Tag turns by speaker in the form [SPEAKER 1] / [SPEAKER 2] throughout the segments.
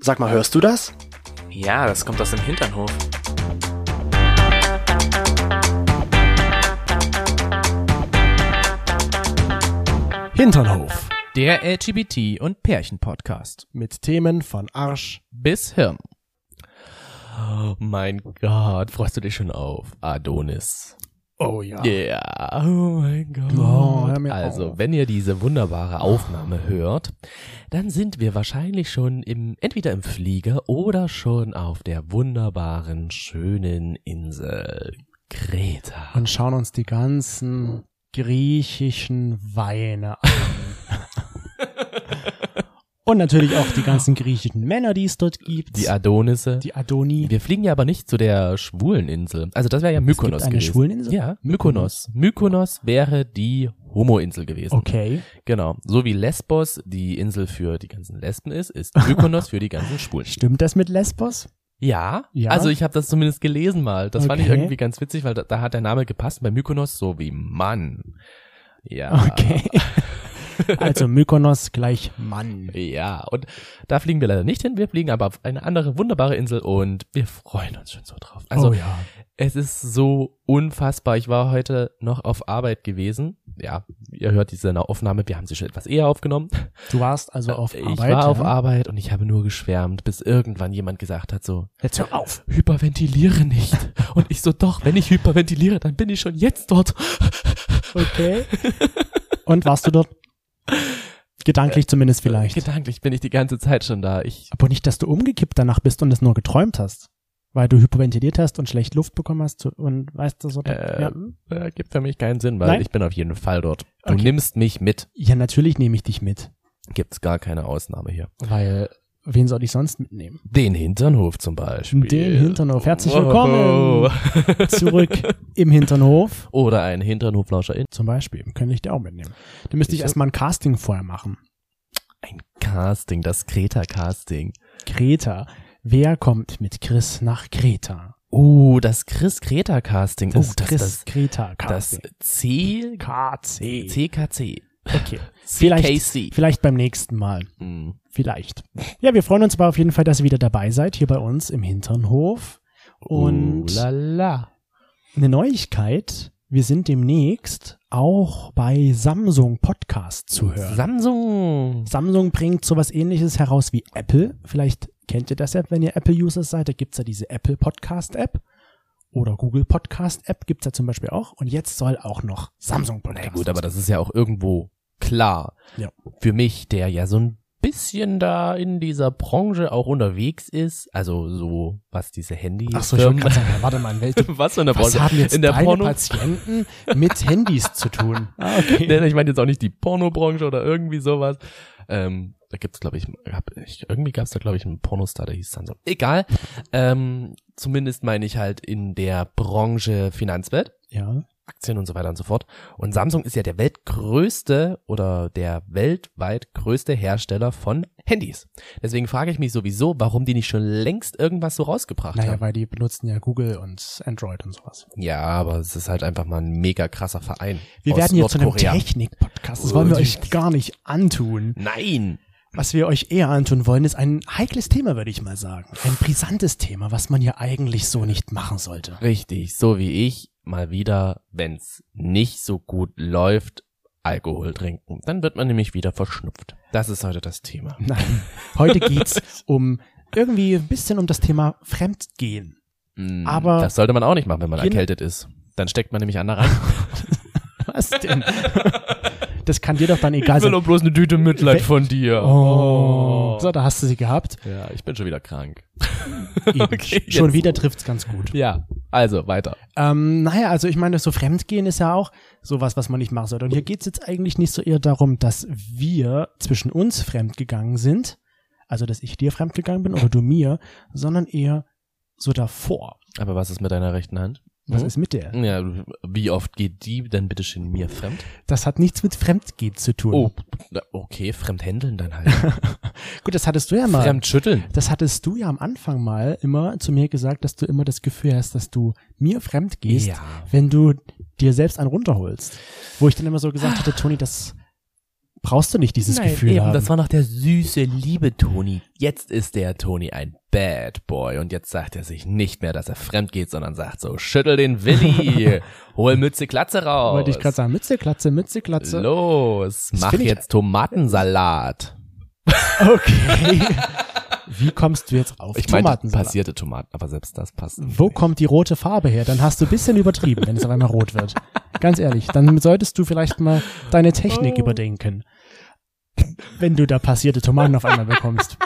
[SPEAKER 1] Sag mal, hörst du das?
[SPEAKER 2] Ja, das kommt aus dem Hinternhof.
[SPEAKER 1] Hinternhof.
[SPEAKER 2] Der LGBT- und Pärchen-Podcast.
[SPEAKER 1] Mit Themen von Arsch.
[SPEAKER 2] Bis Hirn.
[SPEAKER 3] Oh mein Gott, freust du dich schon auf Adonis?
[SPEAKER 1] Oh ja.
[SPEAKER 3] Ja, oh mein Gott.
[SPEAKER 1] Oh, hör mir
[SPEAKER 3] also,
[SPEAKER 1] auf.
[SPEAKER 3] wenn ihr diese wunderbare Aufnahme hört, dann sind wir wahrscheinlich schon im, entweder im Flieger oder schon auf der wunderbaren, schönen Insel Kreta.
[SPEAKER 1] Und schauen uns die ganzen griechischen Weine an. Und natürlich auch die ganzen griechischen Männer, die es dort gibt.
[SPEAKER 3] Die Adonisse.
[SPEAKER 1] die Adoni.
[SPEAKER 3] wir fliegen ja aber nicht zu der schwulen Insel. Also, das wäre ja
[SPEAKER 1] Es gibt
[SPEAKER 3] Mykonos
[SPEAKER 1] eine Mhm.
[SPEAKER 3] gewesen.
[SPEAKER 1] Schwuleninsel?
[SPEAKER 3] Ja, Mykonos. Mykonos wäre die Homo-Insel gewesen.
[SPEAKER 1] Okay.
[SPEAKER 3] Genau. So wie Lesbos die Insel für die ganzen Lesben ist, ist Mykonos für die ganzen Schwulen.
[SPEAKER 1] Stimmt das mit Lesbos?
[SPEAKER 3] Ja,
[SPEAKER 1] Ja?
[SPEAKER 3] also ich habe das zumindest gelesen mal. Das fand ich
[SPEAKER 1] Okay.
[SPEAKER 3] irgendwie ganz witzig, weil da, da hat der Name gepasst bei Mykonos so wie Mann. Ja.
[SPEAKER 1] Okay. Also Mykonos gleich Mann.
[SPEAKER 3] Ja, und da fliegen wir leider nicht hin, wir fliegen aber auf eine andere wunderbare Insel und wir freuen uns schon so drauf. Also
[SPEAKER 1] oh ja.
[SPEAKER 3] Es ist so unfassbar. Ich war heute noch auf Arbeit gewesen. Ja, ihr hört diese Aufnahme, wir haben sie schon etwas eher aufgenommen.
[SPEAKER 1] Du warst also auf
[SPEAKER 3] ich
[SPEAKER 1] Arbeit.
[SPEAKER 3] war auf
[SPEAKER 1] ja?
[SPEAKER 3] Arbeit und ich habe nur geschwärmt, bis irgendwann jemand gesagt hat so,
[SPEAKER 1] Jetzt hör auf.
[SPEAKER 3] hyperventiliere nicht. Und ich so, doch, wenn ich hyperventiliere, dann bin ich schon jetzt dort.
[SPEAKER 1] Okay. Und warst du dort? Gedanklich zumindest vielleicht.
[SPEAKER 3] Gedanklich bin ich die ganze Zeit schon da. Ich,
[SPEAKER 1] Aber nicht, dass du umgekippt danach bist und es nur geträumt hast. Weil du hyperventiliert hast und schlecht Luft bekommen hast und weißt du so.
[SPEAKER 3] äh,
[SPEAKER 1] ja.
[SPEAKER 3] äh, gibt für mich keinen Sinn, weil
[SPEAKER 1] Nein?
[SPEAKER 3] ich bin auf jeden Fall dort. Du
[SPEAKER 1] Okay.
[SPEAKER 3] nimmst mich mit.
[SPEAKER 1] ja, natürlich nehme ich dich mit.
[SPEAKER 3] Gibt's gar keine Ausnahme hier.
[SPEAKER 1] Weil wen soll ich sonst mitnehmen?
[SPEAKER 3] Den Hinternhof zum Beispiel.
[SPEAKER 1] Den Hinternhof. Herzlich
[SPEAKER 3] Wow.
[SPEAKER 1] willkommen zurück im Hinternhof.
[SPEAKER 3] Oder ein Hinternhoflauscher.
[SPEAKER 1] Zum Beispiel. Könnte ich dir auch mitnehmen. Dann müsste ich
[SPEAKER 3] Sicher.
[SPEAKER 1] erstmal ein Casting vorher machen.
[SPEAKER 3] Ein Casting, das Kreta-Casting.
[SPEAKER 1] Kreta. Wer kommt mit Chris nach Kreta?
[SPEAKER 3] Oh, das Chris-Kreta-Casting. Oh, das,
[SPEAKER 1] Chris
[SPEAKER 3] das,
[SPEAKER 1] Kreta
[SPEAKER 3] das,
[SPEAKER 1] Casting.
[SPEAKER 3] C,
[SPEAKER 1] KC.
[SPEAKER 3] CKC.
[SPEAKER 1] Okay. E. Vielleicht,
[SPEAKER 3] CKC.
[SPEAKER 1] vielleicht beim nächsten Mal.
[SPEAKER 3] Hm.
[SPEAKER 1] Vielleicht. Ja, wir freuen uns aber auf jeden Fall, dass ihr wieder dabei seid, hier bei uns im Hinternhof. Und
[SPEAKER 3] Oh la la.
[SPEAKER 1] eine Neuigkeit, wir sind demnächst auch bei Samsung Podcast zu hören.
[SPEAKER 3] Samsung.
[SPEAKER 1] Samsung bringt sowas ähnliches heraus wie Apple. Vielleicht kennt ihr das App, wenn ihr Apple-Users seid. Da gibt's ja diese Apple Podcast App oder Google Podcast App gibt's ja zum Beispiel auch. Und jetzt soll auch noch Samsung
[SPEAKER 3] Na
[SPEAKER 1] Podcast.
[SPEAKER 3] gut, aber das ist ja auch irgendwo klar.
[SPEAKER 1] Ja.
[SPEAKER 3] Für mich, der ja so ein bisschen da in dieser Branche auch unterwegs ist, also so was diese Handy
[SPEAKER 1] Ach so, ich wollte gerade sagen, warte mal, in welchem
[SPEAKER 3] was für eine
[SPEAKER 1] Was
[SPEAKER 3] Branche
[SPEAKER 1] haben jetzt
[SPEAKER 3] in der
[SPEAKER 1] deine
[SPEAKER 3] Porno
[SPEAKER 1] Patienten mit Handys zu tun? Ah, okay.
[SPEAKER 3] Nee, ich meine jetzt auch nicht die Pornobranche oder irgendwie sowas. Ähm, da gibt's glaube ich, hab, ich, irgendwie gab's da glaube ich einen Pornostar, der hieß Samsung. Egal. Ähm, zumindest meine ich halt in der Branche Finanzwelt.
[SPEAKER 1] Ja.
[SPEAKER 3] Aktien und so weiter und so fort. Und Samsung ist ja der weltgrößte oder der weltweit größte Hersteller von Handys. Deswegen frage ich mich sowieso, warum die nicht schon längst irgendwas so rausgebracht
[SPEAKER 1] Naja,
[SPEAKER 3] haben.
[SPEAKER 1] weil die benutzen ja Google und Android und sowas.
[SPEAKER 3] Ja, aber es ist halt einfach mal ein mega krasser Verein.
[SPEAKER 1] Wir
[SPEAKER 3] aus
[SPEAKER 1] werden jetzt zu einem
[SPEAKER 3] Nordkorea.
[SPEAKER 1] Technik-Podcast. Das wollen wir euch gar nicht antun.
[SPEAKER 3] Nein!
[SPEAKER 1] Was wir euch eher antun wollen, ist ein heikles Thema, würde ich mal sagen. Ein brisantes Thema, was man ja eigentlich so nicht machen sollte.
[SPEAKER 3] Richtig, so wie ich, mal wieder, wenn's nicht so gut läuft, Alkohol trinken. Dann wird man nämlich wieder verschnupft. Das ist heute das Thema.
[SPEAKER 1] Nein, heute geht's um irgendwie ein bisschen um das Thema Fremdgehen.
[SPEAKER 3] Mm,
[SPEAKER 1] Aber-
[SPEAKER 3] das sollte man auch nicht machen, wenn man
[SPEAKER 1] Gen-
[SPEAKER 3] erkältet ist. Dann steckt man nämlich andere an.
[SPEAKER 1] Was denn? Das kann dir doch dann egal sein.
[SPEAKER 3] bloß eine Tüte Mitleid
[SPEAKER 1] Weg-
[SPEAKER 3] von dir.
[SPEAKER 1] Also um- Oh. So, da hast du sie gehabt.
[SPEAKER 3] Ja, ich bin schon wieder krank.
[SPEAKER 1] Eben.
[SPEAKER 3] Okay,
[SPEAKER 1] Schon
[SPEAKER 3] jetzt.
[SPEAKER 1] wieder trifft's ganz gut.
[SPEAKER 3] Ja, also weiter.
[SPEAKER 1] Ähm, naja, also ich meine, so Fremdgehen ist ja auch sowas, was man nicht machen sollte. Und hier geht's jetzt eigentlich nicht so eher darum, dass wir zwischen uns fremdgegangen sind, also dass ich dir fremdgegangen bin oder du mir, sondern eher so davor.
[SPEAKER 3] Aber was ist mit deiner rechten Hand?
[SPEAKER 1] Was
[SPEAKER 3] Mhm.
[SPEAKER 1] ist mit der?
[SPEAKER 3] Ja, wie oft geht die denn bitte schön mir fremd?
[SPEAKER 1] Das hat nichts mit Fremdgehen zu tun.
[SPEAKER 3] Oh, na, okay, fremdhändeln dann halt.
[SPEAKER 1] Gut, das hattest du ja mal.
[SPEAKER 3] Fremdschütteln.
[SPEAKER 1] das hattest du ja am Anfang mal immer zu mir gesagt, dass du immer das Gefühl hast, dass du mir fremd gehst,
[SPEAKER 3] Ja.
[SPEAKER 1] wenn du dir selbst einen runterholst. Wo ich dann immer so gesagt hatte, Toni, das brauchst du nicht dieses
[SPEAKER 3] Nein,
[SPEAKER 1] Gefühl
[SPEAKER 3] eben,
[SPEAKER 1] haben.
[SPEAKER 3] Das war noch der süße, liebe Toni. Jetzt ist der Toni ein Bad Boy und jetzt sagt er sich nicht mehr, dass er fremd geht, sondern sagt so, schüttel den Willi, hol Mütze, Klatze raus.
[SPEAKER 1] Wollte ich gerade sagen, Mütze, Klatze, Mütze, Klatze.
[SPEAKER 3] Los,
[SPEAKER 1] Das
[SPEAKER 3] mach
[SPEAKER 1] find ich-
[SPEAKER 3] jetzt Tomatensalat.
[SPEAKER 1] Okay. Wie kommst du jetzt auf
[SPEAKER 3] Ich meine,
[SPEAKER 1] Tomatensalat?
[SPEAKER 3] passierte Tomaten, aber selbst das passt.
[SPEAKER 1] Wo kommt die rote Farbe her? Dann hast du ein bisschen übertrieben, wenn es auf einmal rot wird. Ganz ehrlich, dann solltest du vielleicht mal deine
[SPEAKER 3] Oh.
[SPEAKER 1] Technik überdenken. Wenn du da passierte Tomaten auf einmal bekommst.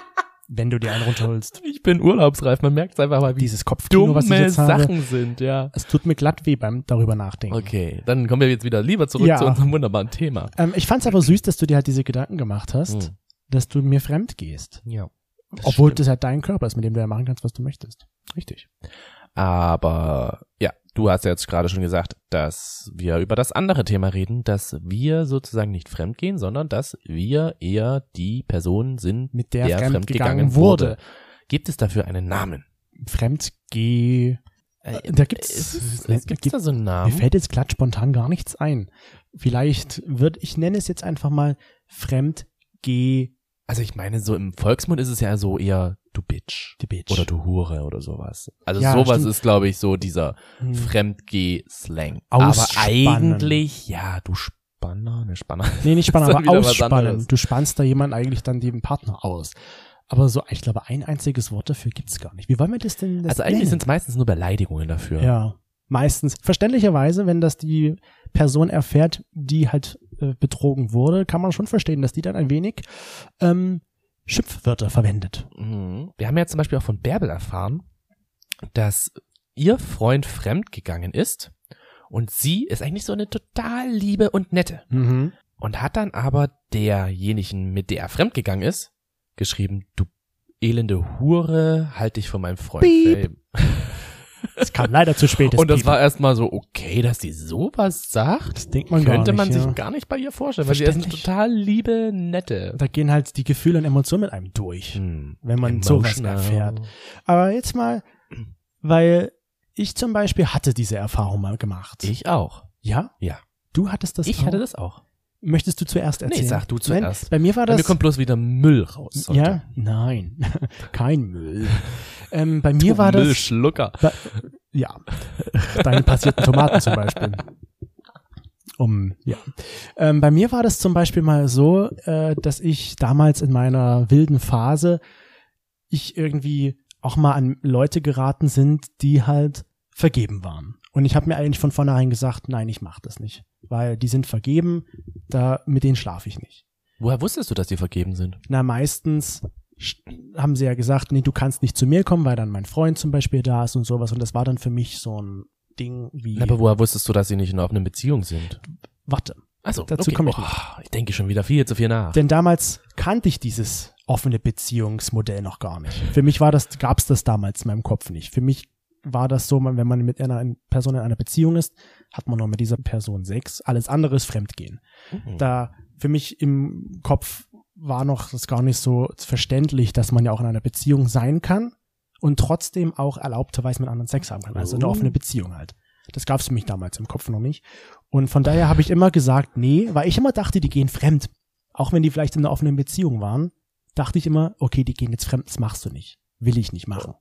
[SPEAKER 1] Wenn du dir einen runterholst.
[SPEAKER 3] Ich bin urlaubsreif, man merkt einfach mal, wie
[SPEAKER 1] Dieses Kopfkino, was ich
[SPEAKER 3] dumme
[SPEAKER 1] jetzt habe.
[SPEAKER 3] Sachen sind, ja.
[SPEAKER 1] Es tut mir glatt weh beim darüber nachdenken.
[SPEAKER 3] Okay, dann kommen wir jetzt wieder lieber zurück
[SPEAKER 1] Ja.
[SPEAKER 3] zu unserem wunderbaren Thema.
[SPEAKER 1] Ähm, ich fand's aber süß, dass du dir halt diese Gedanken gemacht hast,
[SPEAKER 3] Hm.
[SPEAKER 1] dass du mir fremd gehst.
[SPEAKER 3] Ja.
[SPEAKER 1] Obwohl das halt dein Körper ist, mit dem du ja machen kannst, was du möchtest.
[SPEAKER 3] Richtig. Aber ja, du hast ja jetzt gerade schon gesagt, dass wir über das andere Thema reden, dass wir sozusagen nicht fremdgehen, sondern dass wir eher die Person sind,
[SPEAKER 1] Mit der,
[SPEAKER 3] der
[SPEAKER 1] fremd
[SPEAKER 3] fremdgegangen
[SPEAKER 1] gegangen
[SPEAKER 3] wurde.
[SPEAKER 1] wurde.
[SPEAKER 3] Gibt es dafür einen Namen?
[SPEAKER 1] Fremdgeh. Da gibt's,
[SPEAKER 3] Äh, Ist es, es, gibt's da so einen
[SPEAKER 1] Mir
[SPEAKER 3] Namen?
[SPEAKER 1] fällt jetzt glatt spontan gar nichts ein. Vielleicht wird, ich nenne es jetzt einfach mal Fremdgeh-Bitch.
[SPEAKER 3] Also ich meine, so im Volksmund ist es ja so eher du Bitch oder du Hure oder sowas. Also
[SPEAKER 1] Ja,
[SPEAKER 3] sowas
[SPEAKER 1] stimmt.
[SPEAKER 3] ist, glaube ich, so dieser
[SPEAKER 1] Hm.
[SPEAKER 3] Fremdgeh-Slang. Aber
[SPEAKER 1] Ausspannen.
[SPEAKER 3] eigentlich, ja, du Spanner, ne Spanner.
[SPEAKER 1] Nee, nicht
[SPEAKER 3] ist
[SPEAKER 1] spannen,
[SPEAKER 3] dann
[SPEAKER 1] aber
[SPEAKER 3] wieder was anderes.
[SPEAKER 1] ausspannen. Du spannst da jemanden eigentlich dann dem Partner aus. Aber so, ich glaube, ein einziges Wort dafür gibt's gar nicht. Wie wollen wir das denn? Das
[SPEAKER 3] Also eigentlich sind
[SPEAKER 1] nennen?
[SPEAKER 3] es meistens nur Beleidigungen dafür.
[SPEAKER 1] ja meistens verständlicherweise, wenn das die Person erfährt, die halt äh, betrogen wurde, kann man schon verstehen, dass die dann ein wenig ähm, Schimpfwörter verwendet.
[SPEAKER 3] Mhm. Wir haben ja zum Beispiel auch von Bärbel erfahren, dass ihr Freund fremd gegangen ist und sie ist eigentlich so eine total liebe und nette
[SPEAKER 1] Mhm.
[SPEAKER 3] und hat dann aber derjenigen, mit der er fremd gegangen ist, geschrieben, du elende Hure, halt dich von meinem Freund.
[SPEAKER 1] Piep.
[SPEAKER 3] fern.
[SPEAKER 1] Es kam leider zu spät.
[SPEAKER 3] und das
[SPEAKER 1] Piepen.
[SPEAKER 3] war erstmal so, okay, dass sie sowas sagt,
[SPEAKER 1] Das denkt man
[SPEAKER 3] könnte
[SPEAKER 1] gar
[SPEAKER 3] man
[SPEAKER 1] nicht.
[SPEAKER 3] sich
[SPEAKER 1] ja.
[SPEAKER 3] gar nicht bei ihr vorstellen, weil sie ist eine
[SPEAKER 1] Verständlich.
[SPEAKER 3] total liebe, nette.
[SPEAKER 1] da gehen halt die Gefühle und Emotionen mit einem durch,
[SPEAKER 3] Hm.
[SPEAKER 1] wenn man sowas
[SPEAKER 3] Emotional.
[SPEAKER 1] erfährt. Aber jetzt mal, weil ich zum Beispiel hatte diese Erfahrung mal gemacht.
[SPEAKER 3] Ich auch.
[SPEAKER 1] Ja?
[SPEAKER 3] Ja.
[SPEAKER 1] Du hattest das
[SPEAKER 3] ich
[SPEAKER 1] auch?
[SPEAKER 3] hatte das auch.
[SPEAKER 1] Möchtest du zuerst erzählen?
[SPEAKER 3] sag du
[SPEAKER 1] Nein,
[SPEAKER 3] zuerst.
[SPEAKER 1] bei mir war
[SPEAKER 3] Bei
[SPEAKER 1] das...
[SPEAKER 3] mir kommt bloß wieder Müll raus. heute.
[SPEAKER 1] ja? Nein. Kein Müll. ähm, bei
[SPEAKER 3] Du
[SPEAKER 1] mir war das...
[SPEAKER 3] Müllschlucker.
[SPEAKER 1] Ba- Ja, deine passierten Tomaten zum Beispiel. Um, ja. Ähm, bei mir war das zum Beispiel mal so, äh, dass ich damals in meiner wilden Phase ich irgendwie auch mal an Leute geraten sind, die halt vergeben waren. Und ich habe mir eigentlich von vornherein gesagt, nein, ich mache das nicht, weil die sind vergeben, da mit denen schlafe ich nicht.
[SPEAKER 3] Woher wusstest du, dass die vergeben sind?
[SPEAKER 1] Na, meistens sch- haben sie ja gesagt, nee, du kannst nicht zu mir kommen, weil dann mein Freund zum Beispiel da ist und sowas. Und das war dann für mich so ein Ding wie,
[SPEAKER 3] Na, Aber woher wusstest du, dass sie nicht in einer offenen Beziehung sind?
[SPEAKER 1] warte.
[SPEAKER 3] Also,
[SPEAKER 1] Dazu komme ich
[SPEAKER 3] oh, ich denke schon wieder viel zu viel nach.
[SPEAKER 1] Denn damals kannte ich dieses offene Beziehungsmodell noch gar nicht. Für mich war das, gab's das damals in meinem Kopf nicht. Für mich war das so, man- wenn man mit einer Person in einer Beziehung ist, hat man nur mit dieser Person Sex. Alles andere ist Fremdgehen.
[SPEAKER 3] Mhm.
[SPEAKER 1] da für mich im Kopf war noch das gar nicht so verständlich, dass man ja auch in einer Beziehung sein kann und trotzdem auch erlaubterweise mit anderen Sex haben kann. Also eine
[SPEAKER 3] Oh.
[SPEAKER 1] offene Beziehung halt. Das gab's für mich damals im Kopf noch nicht. Und von daher habe ich immer gesagt, nee, weil ich immer dachte, die gehen fremd. Auch wenn die vielleicht in einer offenen Beziehung waren, dachte ich immer, okay, die gehen jetzt fremd, das machst du nicht. Will ich nicht machen.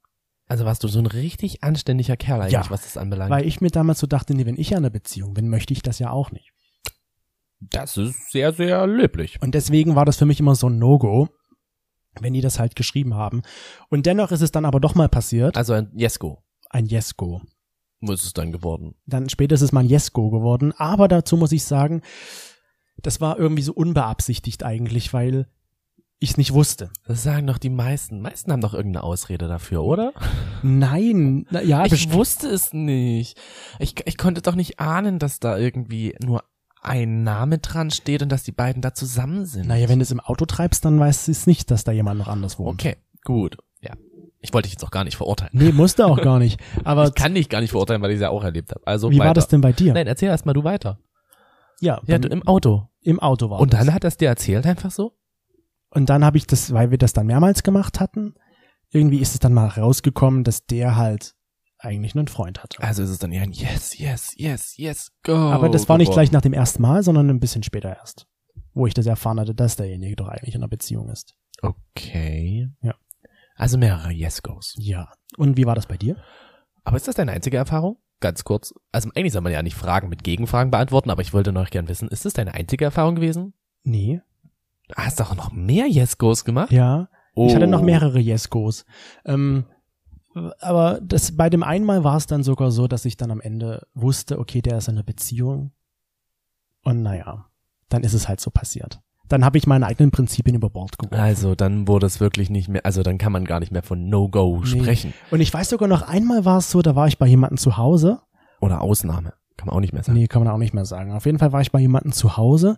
[SPEAKER 3] also warst du so ein richtig anständiger Kerl eigentlich,
[SPEAKER 1] Ja.
[SPEAKER 3] was das anbelangt.
[SPEAKER 1] Weil ich mir damals so dachte, nee, wenn ich ja in einer Beziehung bin, möchte ich das ja auch nicht.
[SPEAKER 3] das ist sehr, sehr löblich.
[SPEAKER 1] Und deswegen war das für mich immer so ein No-Go, wenn die das halt geschrieben haben. Und dennoch ist es dann aber doch mal passiert,
[SPEAKER 3] Also ein Jesko.
[SPEAKER 1] ein Yes-Go.
[SPEAKER 3] Wo ist es dann geworden?
[SPEAKER 1] Dann später ist es mal ein Yes-Go geworden. Aber dazu muss ich sagen, das war irgendwie so unbeabsichtigt eigentlich, weil ich es nicht wusste.
[SPEAKER 3] Das sagen doch die meisten. Meisten haben doch irgendeine Ausrede dafür, oder?
[SPEAKER 1] Nein, na, ja,
[SPEAKER 3] ich
[SPEAKER 1] best-
[SPEAKER 3] wusste es nicht. Ich, ich konnte doch nicht ahnen, dass da irgendwie nur ein Name dran steht und dass die beiden da zusammen sind.
[SPEAKER 1] naja, wenn du es im Auto treibst, dann weißt du es nicht, dass da jemand noch anders wohnt.
[SPEAKER 3] okay, gut. Ja. Ich wollte dich jetzt auch gar nicht verurteilen.
[SPEAKER 1] Nee, musste auch gar nicht. Aber
[SPEAKER 3] Ich kann dich gar nicht verurteilen, weil ich es ja auch erlebt habe. Also
[SPEAKER 1] wie
[SPEAKER 3] weiter.
[SPEAKER 1] war das denn bei dir?
[SPEAKER 3] Nein, erzähl erst mal du weiter.
[SPEAKER 1] ja,
[SPEAKER 3] Ja,
[SPEAKER 1] beim-
[SPEAKER 3] du im Auto.
[SPEAKER 1] im Auto war
[SPEAKER 3] Und
[SPEAKER 1] das.
[SPEAKER 3] dann hat das dir erzählt einfach so?
[SPEAKER 1] Und dann habe ich das, weil wir das dann mehrmals gemacht hatten, irgendwie ist es dann mal rausgekommen, dass der halt eigentlich einen Freund hatte.
[SPEAKER 3] Also ist es dann eher ein Yes, yes, yes, yes, go.
[SPEAKER 1] Aber das war nicht
[SPEAKER 3] geworden.
[SPEAKER 1] gleich nach dem ersten Mal, sondern ein bisschen später erst. wo ich das erfahren hatte, dass derjenige doch eigentlich in einer Beziehung ist.
[SPEAKER 3] Okay.
[SPEAKER 1] Ja.
[SPEAKER 3] Also mehrere Yes-Gos.
[SPEAKER 1] Ja. Und wie war das bei dir?
[SPEAKER 3] Aber ist das deine einzige Erfahrung? Ganz kurz. Also eigentlich soll man ja nicht Fragen mit Gegenfragen beantworten, aber ich wollte noch gern wissen, ist das deine einzige Erfahrung gewesen?
[SPEAKER 1] Nee.
[SPEAKER 3] Du hast doch noch mehr Yes-Gos gemacht?
[SPEAKER 1] Ja. Ich hatte noch
[SPEAKER 3] Oh.
[SPEAKER 1] mehrere Yes-Gos. Ähm, aber das, bei dem einmal war es dann sogar so, dass ich dann am Ende wusste, okay, der ist in einer Beziehung. Und naja, dann ist es halt so passiert. Dann habe ich meine eigenen Prinzipien über Bord geworfen.
[SPEAKER 3] Also dann wurde es wirklich nicht mehr, also dann kann man gar nicht mehr von No-Go
[SPEAKER 1] Nee.
[SPEAKER 3] sprechen.
[SPEAKER 1] Und ich weiß sogar noch, einmal war es so, da war ich bei jemandem zu Hause.
[SPEAKER 3] Oder Ausnahme. Kann man auch nicht mehr sagen.
[SPEAKER 1] Nee, kann man auch nicht mehr sagen. Auf jeden Fall war ich bei jemandem zu Hause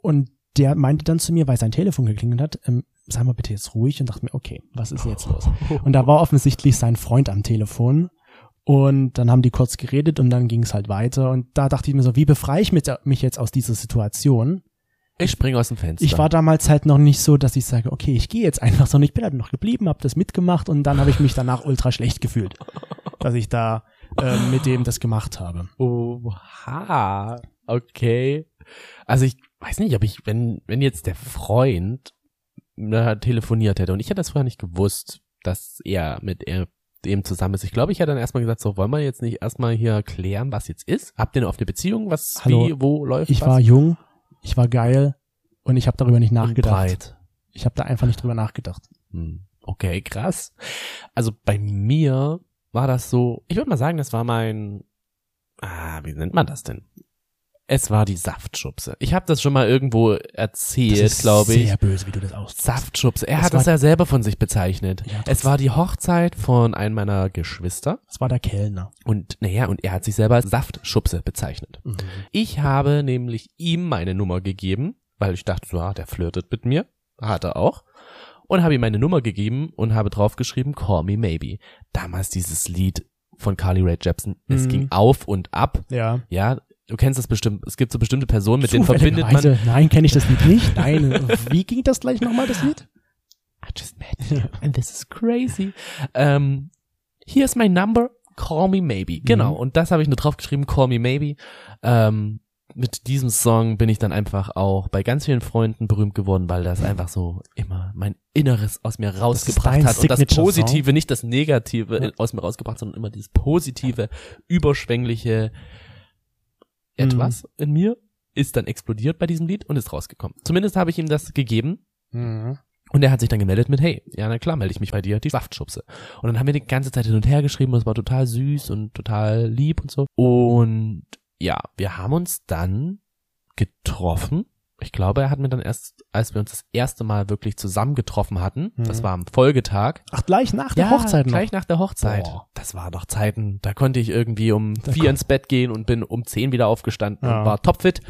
[SPEAKER 1] und der meinte dann zu mir, weil sein Telefon geklingelt hat, ähm, sei mal bitte jetzt ruhig und dachte mir, okay, was ist jetzt los? Und da war offensichtlich sein Freund am Telefon. Und dann haben die kurz geredet und dann ging es halt weiter. Und da dachte ich mir so, wie befreie ich mit, mich jetzt aus dieser Situation?
[SPEAKER 3] Ich springe aus dem Fenster.
[SPEAKER 1] Ich war damals halt noch nicht so, dass ich sage, okay, ich gehe jetzt einfach, sondern ich bin halt noch geblieben, habe das mitgemacht und dann habe ich mich danach ultra schlecht gefühlt, dass ich da äh, mit dem das gemacht habe.
[SPEAKER 3] Oha, okay. Also ich weiß nicht, ob ich, wenn, wenn jetzt der Freund na, telefoniert hätte und ich hätte das vorher nicht gewusst, dass er mit er, dem zusammen ist. Ich glaube, ich hätte dann erstmal gesagt, so wollen wir jetzt nicht erstmal hier klären, was jetzt ist? Habt ihr eine offene Beziehung? Was,
[SPEAKER 1] Hallo,
[SPEAKER 3] wie, wo läuft
[SPEAKER 1] Ich
[SPEAKER 3] was?
[SPEAKER 1] war jung, ich war geil und ich habe darüber nicht
[SPEAKER 3] Und
[SPEAKER 1] nachgedacht.
[SPEAKER 3] breit.
[SPEAKER 1] Ich habe da einfach nicht drüber nachgedacht.
[SPEAKER 3] Hm, Okay, krass. Also bei mir war das so, ich würde mal sagen, das war mein, ah, wie nennt man das denn? Es war die Saftschubse. Ich habe das schon mal irgendwo erzählt, glaube ich.
[SPEAKER 1] Sehr böse, wie du das aus.
[SPEAKER 3] Saftschubse. Er
[SPEAKER 1] Das
[SPEAKER 3] hat
[SPEAKER 1] war-
[SPEAKER 3] das ja selber von sich bezeichnet.
[SPEAKER 1] Ja,
[SPEAKER 3] es war die Hochzeit von einem meiner Geschwister
[SPEAKER 1] Das war der Kellner.
[SPEAKER 3] und naja, und er hat sich selber als Saftschubse bezeichnet.
[SPEAKER 1] Mhm.
[SPEAKER 3] Ich habe nämlich ihm meine Nummer gegeben, weil ich dachte, so, ah, der flirtet mit mir. Hat er auch. Und habe ihm meine Nummer gegeben und habe draufgeschrieben, Call Me Maybe. Damals dieses Lied von Carly Rae Jepsen. Es
[SPEAKER 1] Mhm.
[SPEAKER 3] ging auf und ab.
[SPEAKER 1] Ja.
[SPEAKER 3] Ja, du kennst das bestimmt. Es gibt so bestimmte Personen, mit denen verbindet man.
[SPEAKER 1] Zufälligerweise- Nein, kenne ich das Lied nicht. Nein. Wie ging das gleich nochmal, das Lied?
[SPEAKER 3] I just met you and this is crazy. Ähm, here's my number, call me maybe. Genau,
[SPEAKER 1] Mhm.
[SPEAKER 3] und das habe ich nur draufgeschrieben, call me maybe. Ähm, mit diesem Song bin ich dann einfach auch bei ganz vielen Freunden berühmt geworden, weil das einfach so immer mein Inneres aus mir rausgebracht
[SPEAKER 1] dein
[SPEAKER 3] hat. Und das
[SPEAKER 1] Signature-Song.
[SPEAKER 3] Positive, nicht das Negative
[SPEAKER 1] Ja.
[SPEAKER 3] aus mir rausgebracht, sondern immer dieses positive, überschwängliche
[SPEAKER 1] Mhm.
[SPEAKER 3] etwas in mir ist dann explodiert bei diesem Lied und ist rausgekommen. Zumindest habe ich ihm das gegeben
[SPEAKER 1] Mhm.
[SPEAKER 3] und er hat sich dann gemeldet mit, hey, ja, na klar, melde ich mich bei dir, die Saftschubse. Und dann haben wir die ganze Zeit hin und her geschrieben und es war total süß und total lieb und so. Und ja, wir haben uns dann getroffen. Ich glaube, er hat mir dann erst, als wir uns das erste Mal wirklich zusammen getroffen hatten,
[SPEAKER 1] Mhm.
[SPEAKER 3] das war am Folgetag.
[SPEAKER 1] Ach, gleich nach der Hochzeit noch.
[SPEAKER 3] gleich nach der Hochzeit.
[SPEAKER 1] Boah.
[SPEAKER 3] Das war doch Zeiten, da konnte ich irgendwie um
[SPEAKER 1] Da
[SPEAKER 3] vier
[SPEAKER 1] kon-
[SPEAKER 3] ins Bett gehen und bin um zehn wieder aufgestanden
[SPEAKER 1] Ja.
[SPEAKER 3] und war topfit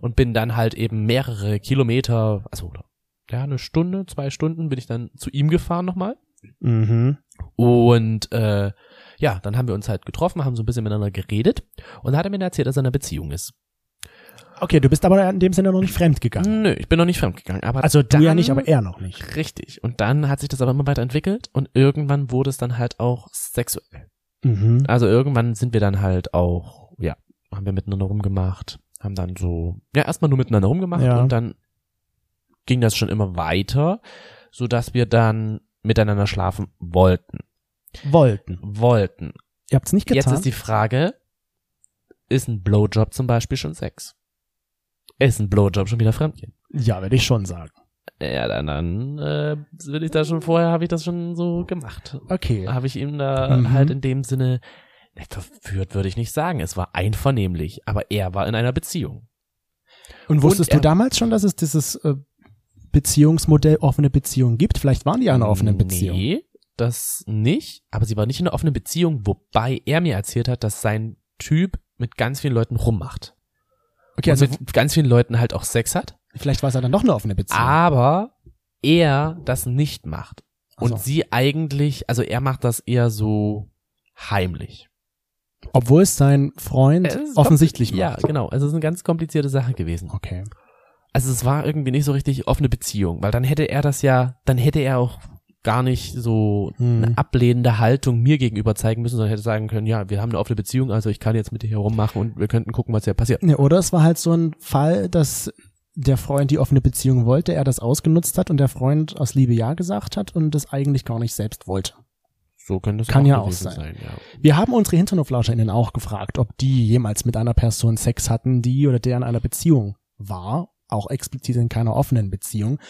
[SPEAKER 3] und bin dann halt eben mehrere Kilometer, also oder, ja, eine Stunde, zwei Stunden bin ich dann zu ihm gefahren nochmal.
[SPEAKER 1] Mhm.
[SPEAKER 3] Und äh, ja, dann haben wir uns halt getroffen, haben so ein bisschen miteinander geredet und da hat er mir dann erzählt, dass er in einer Beziehung ist.
[SPEAKER 1] Okay, du bist aber in dem Sinne noch nicht fremd gegangen.
[SPEAKER 3] Nö, ich bin noch nicht fremdgegangen, aber
[SPEAKER 1] Also du
[SPEAKER 3] dann,
[SPEAKER 1] ja nicht, aber er noch nicht.
[SPEAKER 3] Richtig. Und dann hat sich das aber immer weiterentwickelt und irgendwann wurde es dann halt auch sexuell.
[SPEAKER 1] Mhm.
[SPEAKER 3] Also irgendwann sind wir dann halt auch, ja, haben wir miteinander rumgemacht, haben dann so, ja, erstmal nur miteinander rumgemacht
[SPEAKER 1] Ja.
[SPEAKER 3] und dann ging das schon immer weiter, so dass wir dann miteinander schlafen wollten,
[SPEAKER 1] Wollten.
[SPEAKER 3] wollten.
[SPEAKER 1] Ihr habt's nicht
[SPEAKER 3] Jetzt
[SPEAKER 1] getan.
[SPEAKER 3] ist die Frage, ist ein Blowjob zum Beispiel schon Sex? Ist ein Blowjob schon wieder Fremdgehen?
[SPEAKER 1] ja, würde ich schon sagen.
[SPEAKER 3] Ja, dann, dann äh, will ich da schon vorher, habe ich das schon so gemacht
[SPEAKER 1] Okay.
[SPEAKER 3] habe ich ihm da
[SPEAKER 1] Mhm.
[SPEAKER 3] halt in dem Sinne ne, verführt, würde ich nicht sagen. Es war einvernehmlich, aber er war in einer Beziehung.
[SPEAKER 1] Und wusstest
[SPEAKER 3] er-
[SPEAKER 1] du damals schon, dass es dieses äh, Beziehungsmodell offene Beziehung gibt? Vielleicht waren die ja in einer offenen Beziehung.
[SPEAKER 3] Nee, das nicht. Aber sie war nicht in einer offenen Beziehung, wobei er mir erzählt hat, dass sein Typ mit ganz vielen Leuten rummacht.
[SPEAKER 1] Okay,
[SPEAKER 3] und
[SPEAKER 1] also
[SPEAKER 3] mit ganz vielen Leuten halt auch Sex hat,
[SPEAKER 1] vielleicht war es ja dann doch eine offene Beziehung.
[SPEAKER 3] aber er das nicht macht. Und
[SPEAKER 1] Also,
[SPEAKER 3] sie eigentlich, also er macht das eher so heimlich.
[SPEAKER 1] obwohl Äh, es sein Freund
[SPEAKER 3] Es ist-
[SPEAKER 1] offensichtlich
[SPEAKER 3] Ja,
[SPEAKER 1] macht.
[SPEAKER 3] genau. Also es ist eine ganz komplizierte Sache gewesen.
[SPEAKER 1] Okay.
[SPEAKER 3] Also es war irgendwie nicht so richtig offene Beziehung, weil dann hätte er das ja, dann hätte er auch gar nicht so
[SPEAKER 1] Hm.
[SPEAKER 3] eine ablehnende Haltung mir gegenüber zeigen müssen, sondern hätte sagen können, ja, wir haben eine offene Beziehung, also ich kann jetzt mit dir hier rummachen und wir könnten gucken, was hier passiert.
[SPEAKER 1] Ne, oder es war halt so ein Fall, dass der Freund die offene Beziehung wollte, er das ausgenutzt hat und der Freund aus Liebe Ja gesagt hat und das eigentlich gar nicht selbst wollte.
[SPEAKER 3] So könnte es
[SPEAKER 1] Kann
[SPEAKER 3] auch
[SPEAKER 1] ja auch
[SPEAKER 3] gewesen
[SPEAKER 1] sein.
[SPEAKER 3] ja.
[SPEAKER 1] Wir haben unsere HinternhoflauscherInnen auch gefragt, ob die jemals mit einer Person Sex hatten, die oder der in einer Beziehung war, auch explizit in keiner offenen Beziehung.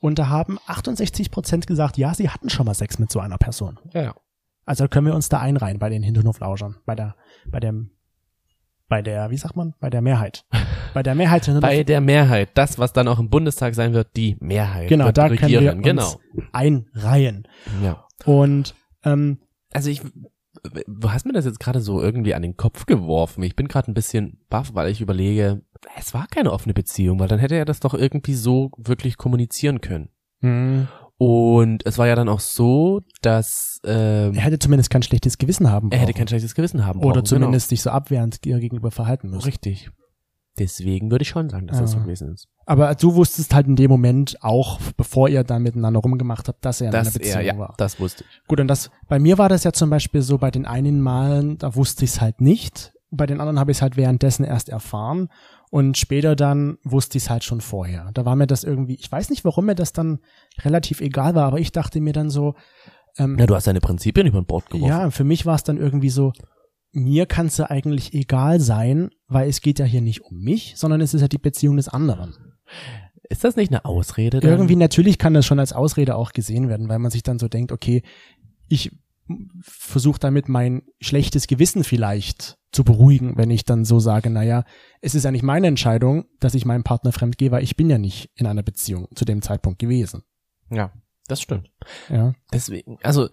[SPEAKER 1] Und da haben 68 Prozent gesagt, ja, sie hatten schon mal Sex mit so einer Person.
[SPEAKER 3] Ja, ja.
[SPEAKER 1] Also können wir uns da einreihen bei den Hinternhoflauschern, bei der, bei dem, bei der, wie sagt man, bei der Mehrheit. Bei der Mehrheit der
[SPEAKER 3] Bei der Mehrheit, das, was dann auch im Bundestag sein wird, die Mehrheit.
[SPEAKER 1] Genau,
[SPEAKER 3] wird
[SPEAKER 1] da können wir
[SPEAKER 3] regieren.
[SPEAKER 1] uns
[SPEAKER 3] genau.
[SPEAKER 1] einreihen.
[SPEAKER 3] Ja.
[SPEAKER 1] Und ähm,
[SPEAKER 3] Also ich, du hast mir das jetzt gerade so irgendwie an den Kopf geworfen. Ich bin gerade ein bisschen baff, weil ich überlege, es war keine offene Beziehung, weil dann hätte er das doch irgendwie so wirklich kommunizieren können. Hm. Und es war ja dann auch so, dass ähm,
[SPEAKER 1] er hätte zumindest kein schlechtes Gewissen haben
[SPEAKER 3] er
[SPEAKER 1] brauchen.
[SPEAKER 3] hätte kein schlechtes Gewissen haben
[SPEAKER 1] Oder
[SPEAKER 3] brauchen,
[SPEAKER 1] zumindest sich so abwehrend ihr gegenüber verhalten
[SPEAKER 3] genau.
[SPEAKER 1] müssen.
[SPEAKER 3] richtig. Deswegen würde ich schon sagen, dass das so
[SPEAKER 1] Ah.
[SPEAKER 3] gewesen ist.
[SPEAKER 1] Aber du wusstest halt in dem Moment auch, bevor ihr dann miteinander rumgemacht habt, dass er in einer
[SPEAKER 3] Dass
[SPEAKER 1] Beziehung
[SPEAKER 3] er, ja,
[SPEAKER 1] war.
[SPEAKER 3] das wusste ich.
[SPEAKER 1] Gut, und das, bei mir war das ja zum Beispiel so, bei den einen Malen, da wusste ich es halt nicht. Bei den anderen habe ich es halt währenddessen erst erfahren. Und später dann wusste ich es halt schon vorher. Da war mir das irgendwie, ich weiß nicht, warum mir das dann relativ egal war, aber ich dachte mir dann so, ähm,
[SPEAKER 3] Na, du hast deine Prinzipien über Bord geworfen.
[SPEAKER 1] ja, für mich war es dann irgendwie so, mir kann es ja eigentlich egal sein, weil es geht ja hier nicht um mich, sondern es ist ja die Beziehung des anderen.
[SPEAKER 3] Ist das nicht eine Ausrede? Dann?
[SPEAKER 1] Irgendwie natürlich kann das schon als Ausrede auch gesehen werden, weil man sich dann so denkt, okay, ich versuche damit mein schlechtes Gewissen vielleicht zu beruhigen, wenn ich dann so sage, naja, es ist ja nicht meine Entscheidung, dass ich meinem Partner fremd gehe, weil ich bin ja nicht in einer Beziehung zu dem Zeitpunkt gewesen.
[SPEAKER 3] Ja, das stimmt.
[SPEAKER 1] Ja.
[SPEAKER 3] Deswegen, also